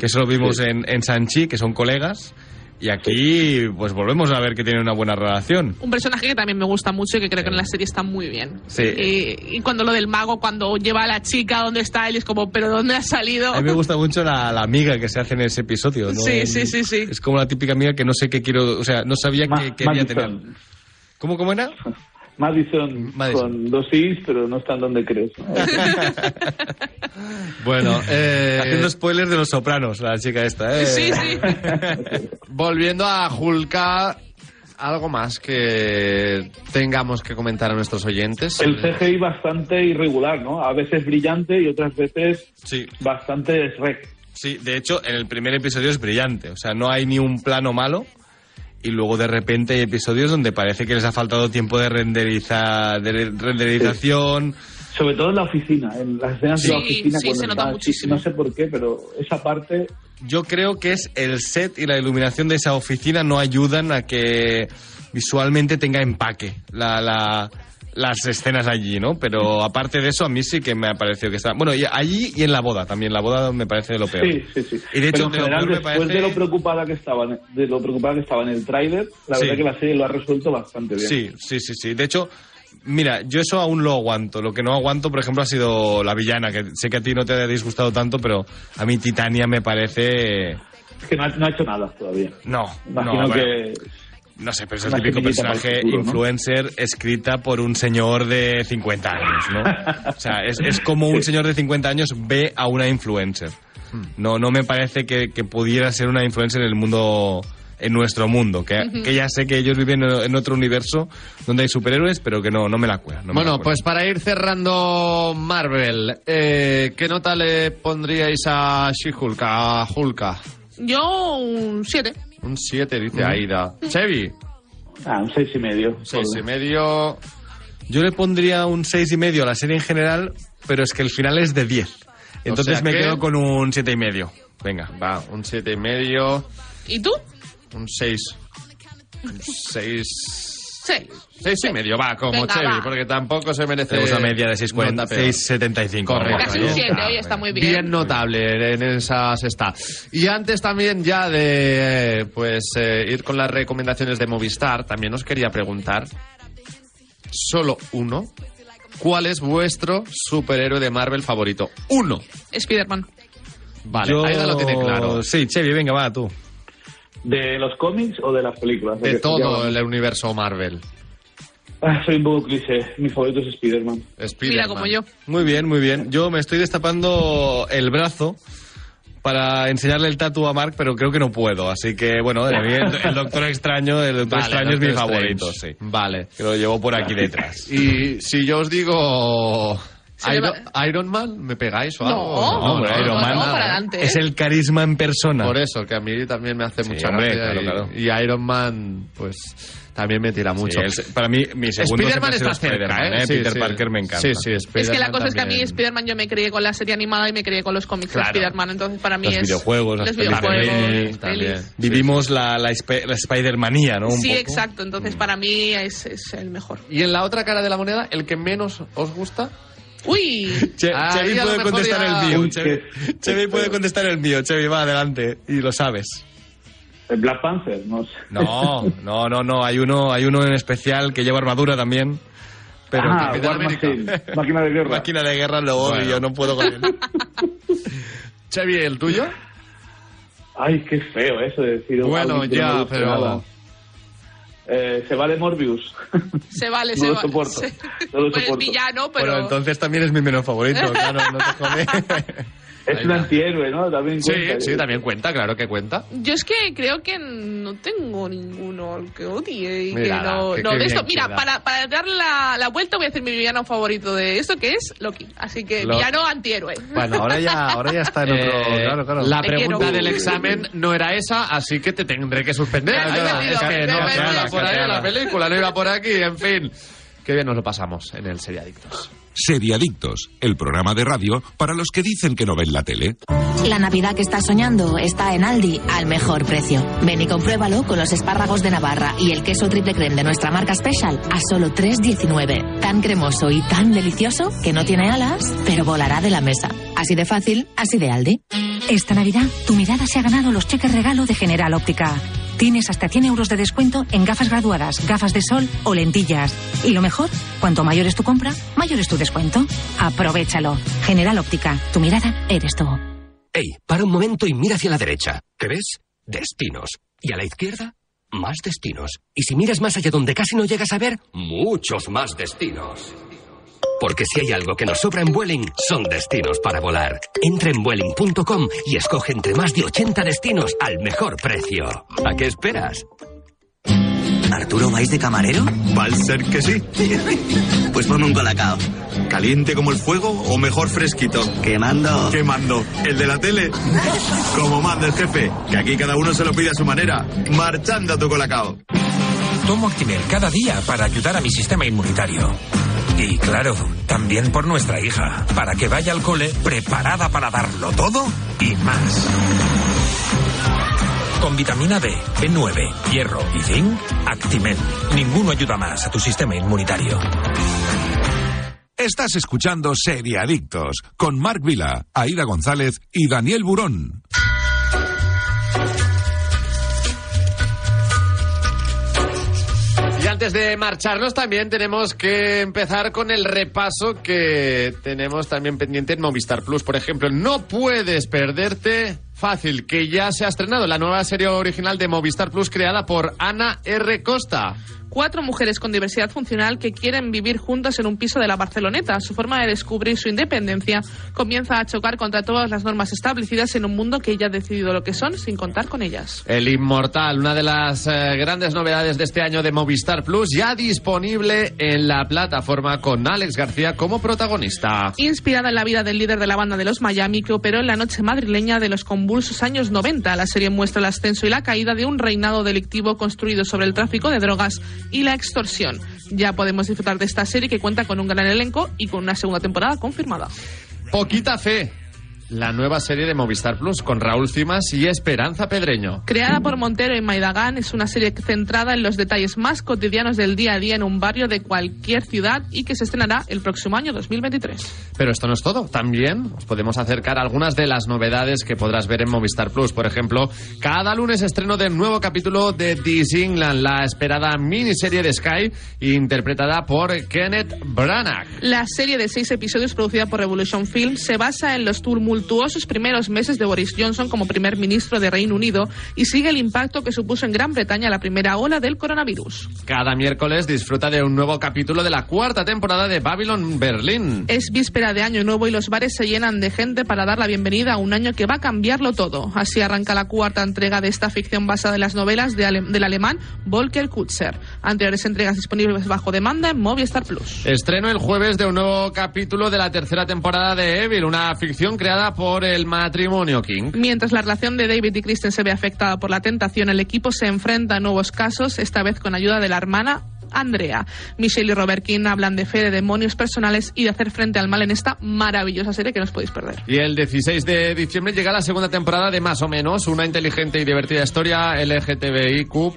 Speaker 4: que eso lo vimos en, en Sanchi, que son colegas, y aquí pues volvemos a ver que tienen una buena relación.
Speaker 3: Un personaje que también me gusta mucho y que creo que en la serie está muy bien.
Speaker 4: Sí.
Speaker 3: Y, y cuando lo del mago, cuando lleva a la chica, ¿dónde está él? Y es como, ¿pero dónde ha salido?
Speaker 4: A mí me gusta mucho la, la amiga que se hace en ese episodio, ¿no?
Speaker 3: Sí,
Speaker 4: En-
Speaker 3: sí, sí, sí.
Speaker 4: Es como la típica amiga que no sé qué quiero, o sea, no sabía
Speaker 5: Ma-
Speaker 4: que quería tener.
Speaker 5: Madison.
Speaker 4: ¿Cómo, cómo era?
Speaker 5: Madison, con dos is, pero no están donde crees. ¿no?
Speaker 4: Ah,
Speaker 2: Bueno, eh,
Speaker 4: Haciendo spoilers de Los Sopranos, la chica esta, ¿eh?
Speaker 3: Sí, sí.
Speaker 2: Volviendo a Julka, algo más que tengamos que comentar a nuestros oyentes.
Speaker 5: El CGI bastante irregular, ¿no? A veces brillante y otras veces bastante rec.
Speaker 4: Sí, de hecho, en el primer episodio es brillante. O sea, no hay ni un plano malo. Y luego de repente hay episodios donde parece que les ha faltado tiempo de renderizar, de re- renderización.
Speaker 5: Sobre todo en la oficina, en las escenas de la
Speaker 4: Sí,
Speaker 5: oficina.
Speaker 4: sí,
Speaker 5: cuando
Speaker 4: se nota
Speaker 5: está así,
Speaker 4: muchísimo.
Speaker 5: No sé por qué, pero esa parte
Speaker 4: Yo creo que es el set y la iluminación de esa oficina no ayudan a que visualmente tenga empaque la, la- las escenas allí, ¿no? Pero aparte de eso, a mí sí que me ha parecido que está... Bueno, y allí y en la boda también. La boda me parece de lo peor.
Speaker 5: Sí, sí, sí.
Speaker 4: Y de hecho,
Speaker 5: Pero en
Speaker 4: de lo
Speaker 5: general,
Speaker 4: peor me
Speaker 5: después
Speaker 4: parece-
Speaker 5: de lo preocupada que estaba, en- de lo preocupada que estaba en el tráiler, la
Speaker 4: Sí.
Speaker 5: verdad que la serie lo ha resuelto bastante bien.
Speaker 4: Sí, sí, sí, sí. De hecho, mira, yo eso aún lo aguanto. Lo que no aguanto, por ejemplo, ha sido la villana, que sé que a ti no te ha disgustado tanto, pero a mí Titania me parece...
Speaker 5: Es que no ha, no ha hecho nada todavía.
Speaker 4: No,
Speaker 5: Imagino
Speaker 4: no, bueno,
Speaker 5: que
Speaker 4: no sé, pero es el
Speaker 5: una
Speaker 4: típico
Speaker 5: semillita para el
Speaker 4: personaje
Speaker 5: futuro, ¿no?
Speaker 4: influencer escrita por un señor de 50 años, ¿no? O sea, es, es como un señor de 50 años ve a una influencer. No, no me parece que, que pudiera ser una influencer en el mundo, en nuestro mundo. Que,
Speaker 2: Ujú.
Speaker 4: que ya sé que ellos viven en en otro universo donde hay superhéroes, pero que no, no me la cuelan.
Speaker 2: bueno, pues para ir cerrando Marvel, eh, ¿qué nota le pondríais a She-Hulk, a Hulka?
Speaker 3: Yo un 7.
Speaker 2: Un 7, dice
Speaker 4: Mm.
Speaker 2: Aida. Chevy.
Speaker 5: Ah, un 6 y medio.
Speaker 2: 6 y medio.
Speaker 4: Yo le pondría un seis y medio a la serie en general, pero es que el final es de 10. Entonces
Speaker 2: sea
Speaker 4: me
Speaker 2: que-
Speaker 4: quedo con un siete y medio.
Speaker 2: Venga, va, un 7 y medio.
Speaker 3: ¿Y tú?
Speaker 2: Un 6. Un 6.
Speaker 3: Sí.
Speaker 2: 6 y medio, va, como
Speaker 3: Venga,
Speaker 2: Chevy,
Speaker 3: va.
Speaker 2: porque tampoco se merece.
Speaker 4: Tenemos una media de
Speaker 2: nota
Speaker 4: 6,40,
Speaker 2: peor.
Speaker 4: 6,75.
Speaker 2: Correcto. ¿eh?
Speaker 3: Casi un 7, oye, está muy bien.
Speaker 2: Bien notable en esas está. Y antes también ya de eh, pues eh, ir con las recomendaciones de Movistar, también os quería preguntar solo uno, ¿cuál es vuestro superhéroe de Marvel favorito? Uno.
Speaker 3: Spider-Man.
Speaker 2: Vale,
Speaker 4: Yo-
Speaker 2: Aida lo tiene claro.
Speaker 4: Sí, Chevy, venga, va tú.
Speaker 5: ¿De los cómics o de las películas?
Speaker 2: De
Speaker 5: Porque-
Speaker 2: todo
Speaker 5: yo-
Speaker 2: el universo Marvel.
Speaker 5: Ah, soy un poco cliché. Mi favorito es Spider-Man.
Speaker 2: Spiderman.
Speaker 4: Muy bien, muy bien. Yo me estoy destapando el brazo para enseñarle el tatu a Mark, pero creo que no puedo. Así que, bueno, de mí el, el Doctor Extraño, el Doctor
Speaker 2: Vale,
Speaker 4: Extraño es mi
Speaker 2: Doctor
Speaker 4: favorito,
Speaker 2: Strange.
Speaker 4: sí.
Speaker 2: Vale.
Speaker 4: Que lo llevo por aquí detrás.
Speaker 2: Y si yo os digo
Speaker 4: le
Speaker 2: Iron, Iron Man, ¿me pegáis o
Speaker 4: No,
Speaker 2: algo?
Speaker 4: hombre, Iron Man
Speaker 2: nada.
Speaker 4: para adelante, ¿eh? es el carisma en persona.
Speaker 2: Por eso, que a mí también me hace mucha
Speaker 4: hombre,
Speaker 2: gracia.
Speaker 4: claro,
Speaker 2: y,
Speaker 4: claro.
Speaker 2: y Iron Man, pues, también me tira mucho.
Speaker 4: es- para mí, mi segundo
Speaker 2: Spider-Man
Speaker 4: siempre ha sido
Speaker 2: está cerca,
Speaker 4: Spider-Man,
Speaker 2: ¿eh?
Speaker 4: ¿eh? Peter Parker me encanta.
Speaker 2: Sí, sí,
Speaker 3: Es que la
Speaker 2: Spider-Man
Speaker 3: cosa es que a mí
Speaker 2: también.
Speaker 3: Spider-Man yo me crié con la serie animada y me crié con los cómics
Speaker 4: Claro.
Speaker 3: de Spider-Man. Entonces para mí
Speaker 4: Los
Speaker 3: es.
Speaker 4: videojuegos, las
Speaker 3: los
Speaker 4: pelis de
Speaker 3: videojuegos,
Speaker 4: Disney,
Speaker 3: pelis.
Speaker 4: también. Vivimos la, la, Sp- la Spider-Manía, ¿no? Un
Speaker 3: Sí,
Speaker 4: poco. Mm.
Speaker 3: exacto. Entonces para mí es, es el mejor.
Speaker 2: Y en la otra cara de la moneda, el que menos os gusta.
Speaker 3: ¡Uy!
Speaker 4: Che-
Speaker 2: Ah,
Speaker 4: Chevy
Speaker 2: ahí a lo
Speaker 4: puede
Speaker 2: mejor
Speaker 4: contestar
Speaker 2: ya-
Speaker 4: el mío.
Speaker 2: Uy,
Speaker 4: Chevy, Chevy puede contestar el mío. Chevy, va adelante. Y lo sabes.
Speaker 5: El Black Panther, no sé.
Speaker 4: No, no, no, no. Hay uno, hay uno en especial que lleva armadura también. Pero
Speaker 5: Ah,
Speaker 4: Capitán
Speaker 5: War
Speaker 4: América.
Speaker 5: Machine, máquina de guerra.
Speaker 4: Máquina de guerra lo odio,
Speaker 5: Bueno.
Speaker 4: no puedo con él.
Speaker 2: Chevy, ¿el tuyo?
Speaker 5: Ay, qué feo eso de decir.
Speaker 2: Bueno,
Speaker 5: alguien que
Speaker 2: ya,
Speaker 5: no me gusta
Speaker 2: pero-
Speaker 5: nada. Eh, se vale Morbius.
Speaker 3: Se vale,
Speaker 5: No
Speaker 3: se
Speaker 5: lo
Speaker 3: vale.
Speaker 5: soporto,
Speaker 3: Se-
Speaker 5: no lo
Speaker 3: Pues
Speaker 5: soporto.
Speaker 3: villano, pero.
Speaker 4: Bueno, entonces también es mi menos favorito, claro, no te jode.
Speaker 5: Es un antihéroe, ¿no? También
Speaker 2: Sí,
Speaker 5: cuenta. eh.
Speaker 2: sí, también cuenta, claro que cuenta.
Speaker 3: Yo es que creo que no tengo ninguno al que odie y
Speaker 2: Mírala,
Speaker 3: que no,
Speaker 2: que-
Speaker 3: no
Speaker 2: que
Speaker 3: de
Speaker 2: bien
Speaker 3: esto. Mira,
Speaker 2: queda.
Speaker 3: para, para dar la, la vuelta voy a decir mi villano favorito de esto, que es Loki. Así que
Speaker 2: Lo-
Speaker 3: villano antihéroe.
Speaker 4: Bueno, ahora ya, ahora ya está en otro.
Speaker 2: Eh,
Speaker 4: claro, claro.
Speaker 2: La
Speaker 3: Te
Speaker 2: pregunta
Speaker 3: quiero.
Speaker 2: del examen no era esa, así que te tendré que suspender.
Speaker 3: Claro,
Speaker 2: Ay,
Speaker 3: claro,
Speaker 2: es
Speaker 3: claro,
Speaker 2: que no,
Speaker 3: claro,
Speaker 2: no
Speaker 3: claro,
Speaker 2: iba por ahí
Speaker 3: claro.
Speaker 2: la película, no iba por aquí, en fin. Qué bien nos lo pasamos en el Seriadictos.
Speaker 1: Seriadictos, el programa de radio para los que dicen que no ven la tele.
Speaker 14: La Navidad que estás soñando está en Aldi al mejor precio. Ven y compruébalo con los espárragos de Navarra y el queso triple creme de nuestra marca Special a solo 3,19. Tan cremoso y tan delicioso que no tiene alas, pero volará de la mesa. Así de fácil, así de Aldi.
Speaker 7: Esta Navidad, tu mirada se ha ganado los cheques regalo de General Óptica. Tienes hasta 100 euros de descuento en gafas graduadas, gafas de sol o lentillas. Y lo mejor, cuanto mayor es tu compra, mayor es tu descuento. Aprovechalo. General Óptica, tu mirada eres tú.
Speaker 10: Ey, para un momento y mira hacia la derecha. ¿Qué ves? Destinos. Y a la izquierda, más destinos. Y si miras más allá donde casi no llegas a ver, muchos más destinos. Porque si hay algo que nos sobra en Vueling, son destinos para volar. Entra en Vueling.com y escoge entre más de 80 destinos al mejor precio. ¿A qué esperas?
Speaker 15: ¿Arturo vais de camarero? Va a ser que sí. Pues ponme un colacao. ¿Caliente como el fuego o mejor fresquito? Quemando. Quemando. ¿El de la tele? Como manda el jefe, que aquí cada uno se lo pide a su manera. Marchando tu colacao.
Speaker 12: Tomo Actimel cada día para ayudar a mi sistema inmunitario. Y claro, también por nuestra hija, para que vaya al cole preparada para darlo todo y más. Con vitamina D, B9, hierro y zinc, Actimel. Ninguno ayuda más a tu sistema inmunitario.
Speaker 1: Estás escuchando Seriadictos con Marc Vila, Aida González y Daniel Burón.
Speaker 2: Y antes de marcharnos también tenemos que empezar con el repaso que tenemos también pendiente en Movistar Plus. Por ejemplo, no puedes perderte fácil, que ya se ha estrenado la nueva serie original de Movistar Plus creada por Ana R. Costa.
Speaker 3: Cuatro mujeres con diversidad funcional que quieren vivir juntas en un piso de la Barceloneta. Su forma de descubrir su independencia comienza a chocar contra todas las normas establecidas en un mundo que ella ha decidido lo que son sin contar con ellas.
Speaker 2: El Inmortal, una de las eh, grandes novedades de este año de Movistar Plus, ya disponible en la plataforma con Alex García como protagonista.
Speaker 3: Inspirada en la vida del líder de la banda de los Miami que operó en la noche madrileña de los convulsos convulsos años 90. La serie muestra el ascenso y la caída de un reinado delictivo construido sobre el tráfico de drogas y la extorsión. Ya podemos disfrutar de esta serie que cuenta con un gran elenco y con una segunda temporada confirmada.
Speaker 2: Poquita fe. La nueva serie de Movistar Plus con Raúl Cimas y Esperanza Pedreño.
Speaker 3: Creada por Montero y Maidagán, es una serie centrada en los detalles más cotidianos del día a día en un barrio de cualquier ciudad y que se estrenará el próximo año 2023.
Speaker 2: Pero esto no es todo. También os podemos acercar a algunas de las novedades que podrás ver en Movistar Plus. Por ejemplo, cada lunes estreno del nuevo capítulo de This England, la esperada miniserie de Sky, interpretada por Kenneth Branagh.
Speaker 3: La serie de seis episodios producida por Revolution Films se basa en los tumultuosos primeros meses de Boris Johnson como primer ministro de Reino Unido y sigue el impacto que supuso en Gran Bretaña la primera ola del coronavirus.
Speaker 2: Cada miércoles disfruta de un nuevo capítulo de la cuarta temporada de Babylon Berlín.
Speaker 3: Es víspera de Año Nuevo y los bares se llenan de gente para dar la bienvenida a un año que va a cambiarlo todo. Así arranca la cuarta entrega de esta ficción basada en las novelas de ale- del alemán Volker Kutzer. Anteriores entregas disponibles bajo demanda en Movistar Plus.
Speaker 2: Estreno el jueves de un nuevo capítulo de la tercera temporada de Evil, una ficción creada por el matrimonio King.
Speaker 3: Mientras la relación de David y Kristen se ve afectada por la tentación, el equipo se enfrenta a nuevos casos, esta vez con ayuda de la hermana Andrea. Michelle y Robert King hablan de fe, de demonios personales y de hacer frente al mal en esta maravillosa serie que no os podéis perder.
Speaker 2: Y el 16 de diciembre llega la segunda temporada de Más o menos, una inteligente y divertida historia LGTBIQ.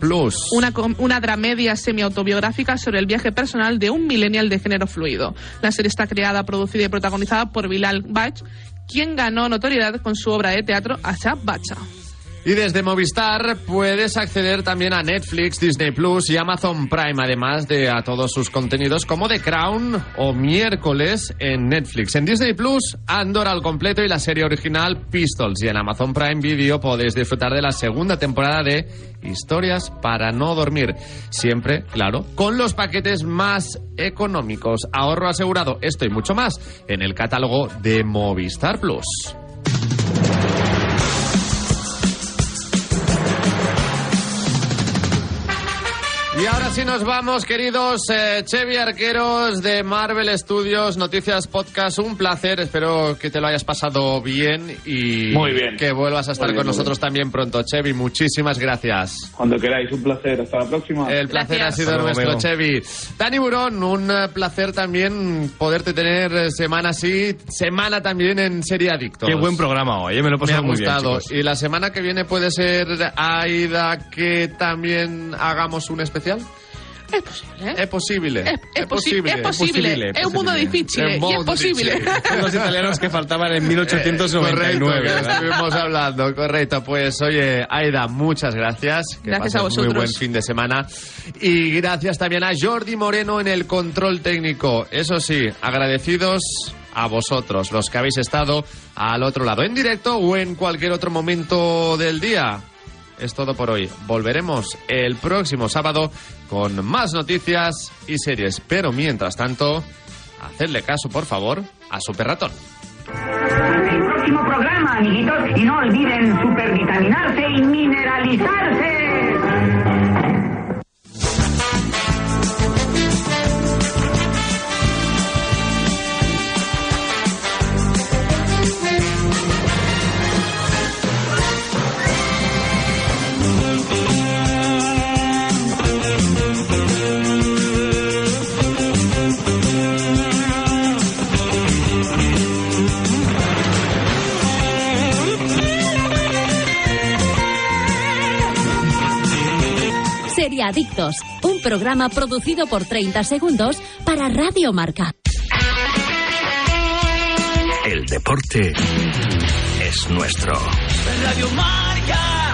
Speaker 3: Una, com- una dramedia semi-autobiográfica sobre el viaje personal de un millennial de género fluido. La serie está creada, producida y protagonizada por Bilal Bach, quien ganó notoriedad con su obra de teatro Acha Bacha.
Speaker 2: Y desde Movistar puedes acceder también a Netflix, Disney Plus y Amazon Prime, además de a todos sus contenidos como The Crown o Miércoles en Netflix. En Disney Plus, Andor al completo y la serie original Pistols. Y en Amazon Prime Video podéis disfrutar de la segunda temporada de Historias para no dormir. Siempre, claro, con los paquetes más económicos. Ahorro asegurado, esto y mucho más en el catálogo de Movistar Plus. Y ahora sí nos vamos, queridos eh, Chevy Arqueros de Marvel Studios, Noticias Podcast. Un placer, espero que te lo hayas pasado bien y
Speaker 5: Muy bien.
Speaker 2: que vuelvas a estar
Speaker 5: Muy bien,
Speaker 2: con
Speaker 5: muy
Speaker 2: nosotros también pronto, Chevy. Muchísimas gracias.
Speaker 5: Cuando queráis, un placer. Hasta la próxima.
Speaker 2: El placer ha sido
Speaker 5: Hasta luego,
Speaker 2: nuestro,
Speaker 5: amigo.
Speaker 2: Chevy. Dani Burón, un eh, placer también poderte tener eh, semana sí, semana también en Serie Adictos.
Speaker 4: Qué buen programa hoy, eh, me lo he pasado
Speaker 2: Me ha
Speaker 4: muy bien,
Speaker 2: gustado.
Speaker 4: chicos.
Speaker 2: y la semana que viene puede ser, Aida, que también hagamos un especial.
Speaker 3: Es posible. ¿eh?
Speaker 2: Es posible.
Speaker 3: Es- es posible, es posible, es un mundo difícil, y es
Speaker 2: muy
Speaker 3: posible.
Speaker 2: difícil.
Speaker 4: Los italianos que faltaban en 1899.
Speaker 2: Correcto,
Speaker 4: ¿verdad?
Speaker 2: estuvimos hablando, correcto. Pues oye, Aida, muchas gracias. Que
Speaker 4: Gracias
Speaker 2: pases
Speaker 4: a vosotros.
Speaker 2: Muy buen fin de semana. Y gracias también a Jordi Moreno en el control técnico. Eso sí, agradecidos a vosotros, los que habéis estado al otro lado, en directo o en cualquier otro momento del día. Es todo por hoy. Volveremos el próximo sábado con más noticias y series. Pero mientras tanto, hacedle caso, por favor, a Super Ratón.
Speaker 16: próximo programa, amiguitos. Y no olviden supervitaminarse y mineralizarse.
Speaker 17: Seriadictos, un programa producido por 30 segundos para Radio Marca.
Speaker 18: El deporte es nuestro.
Speaker 19: Radio Marca.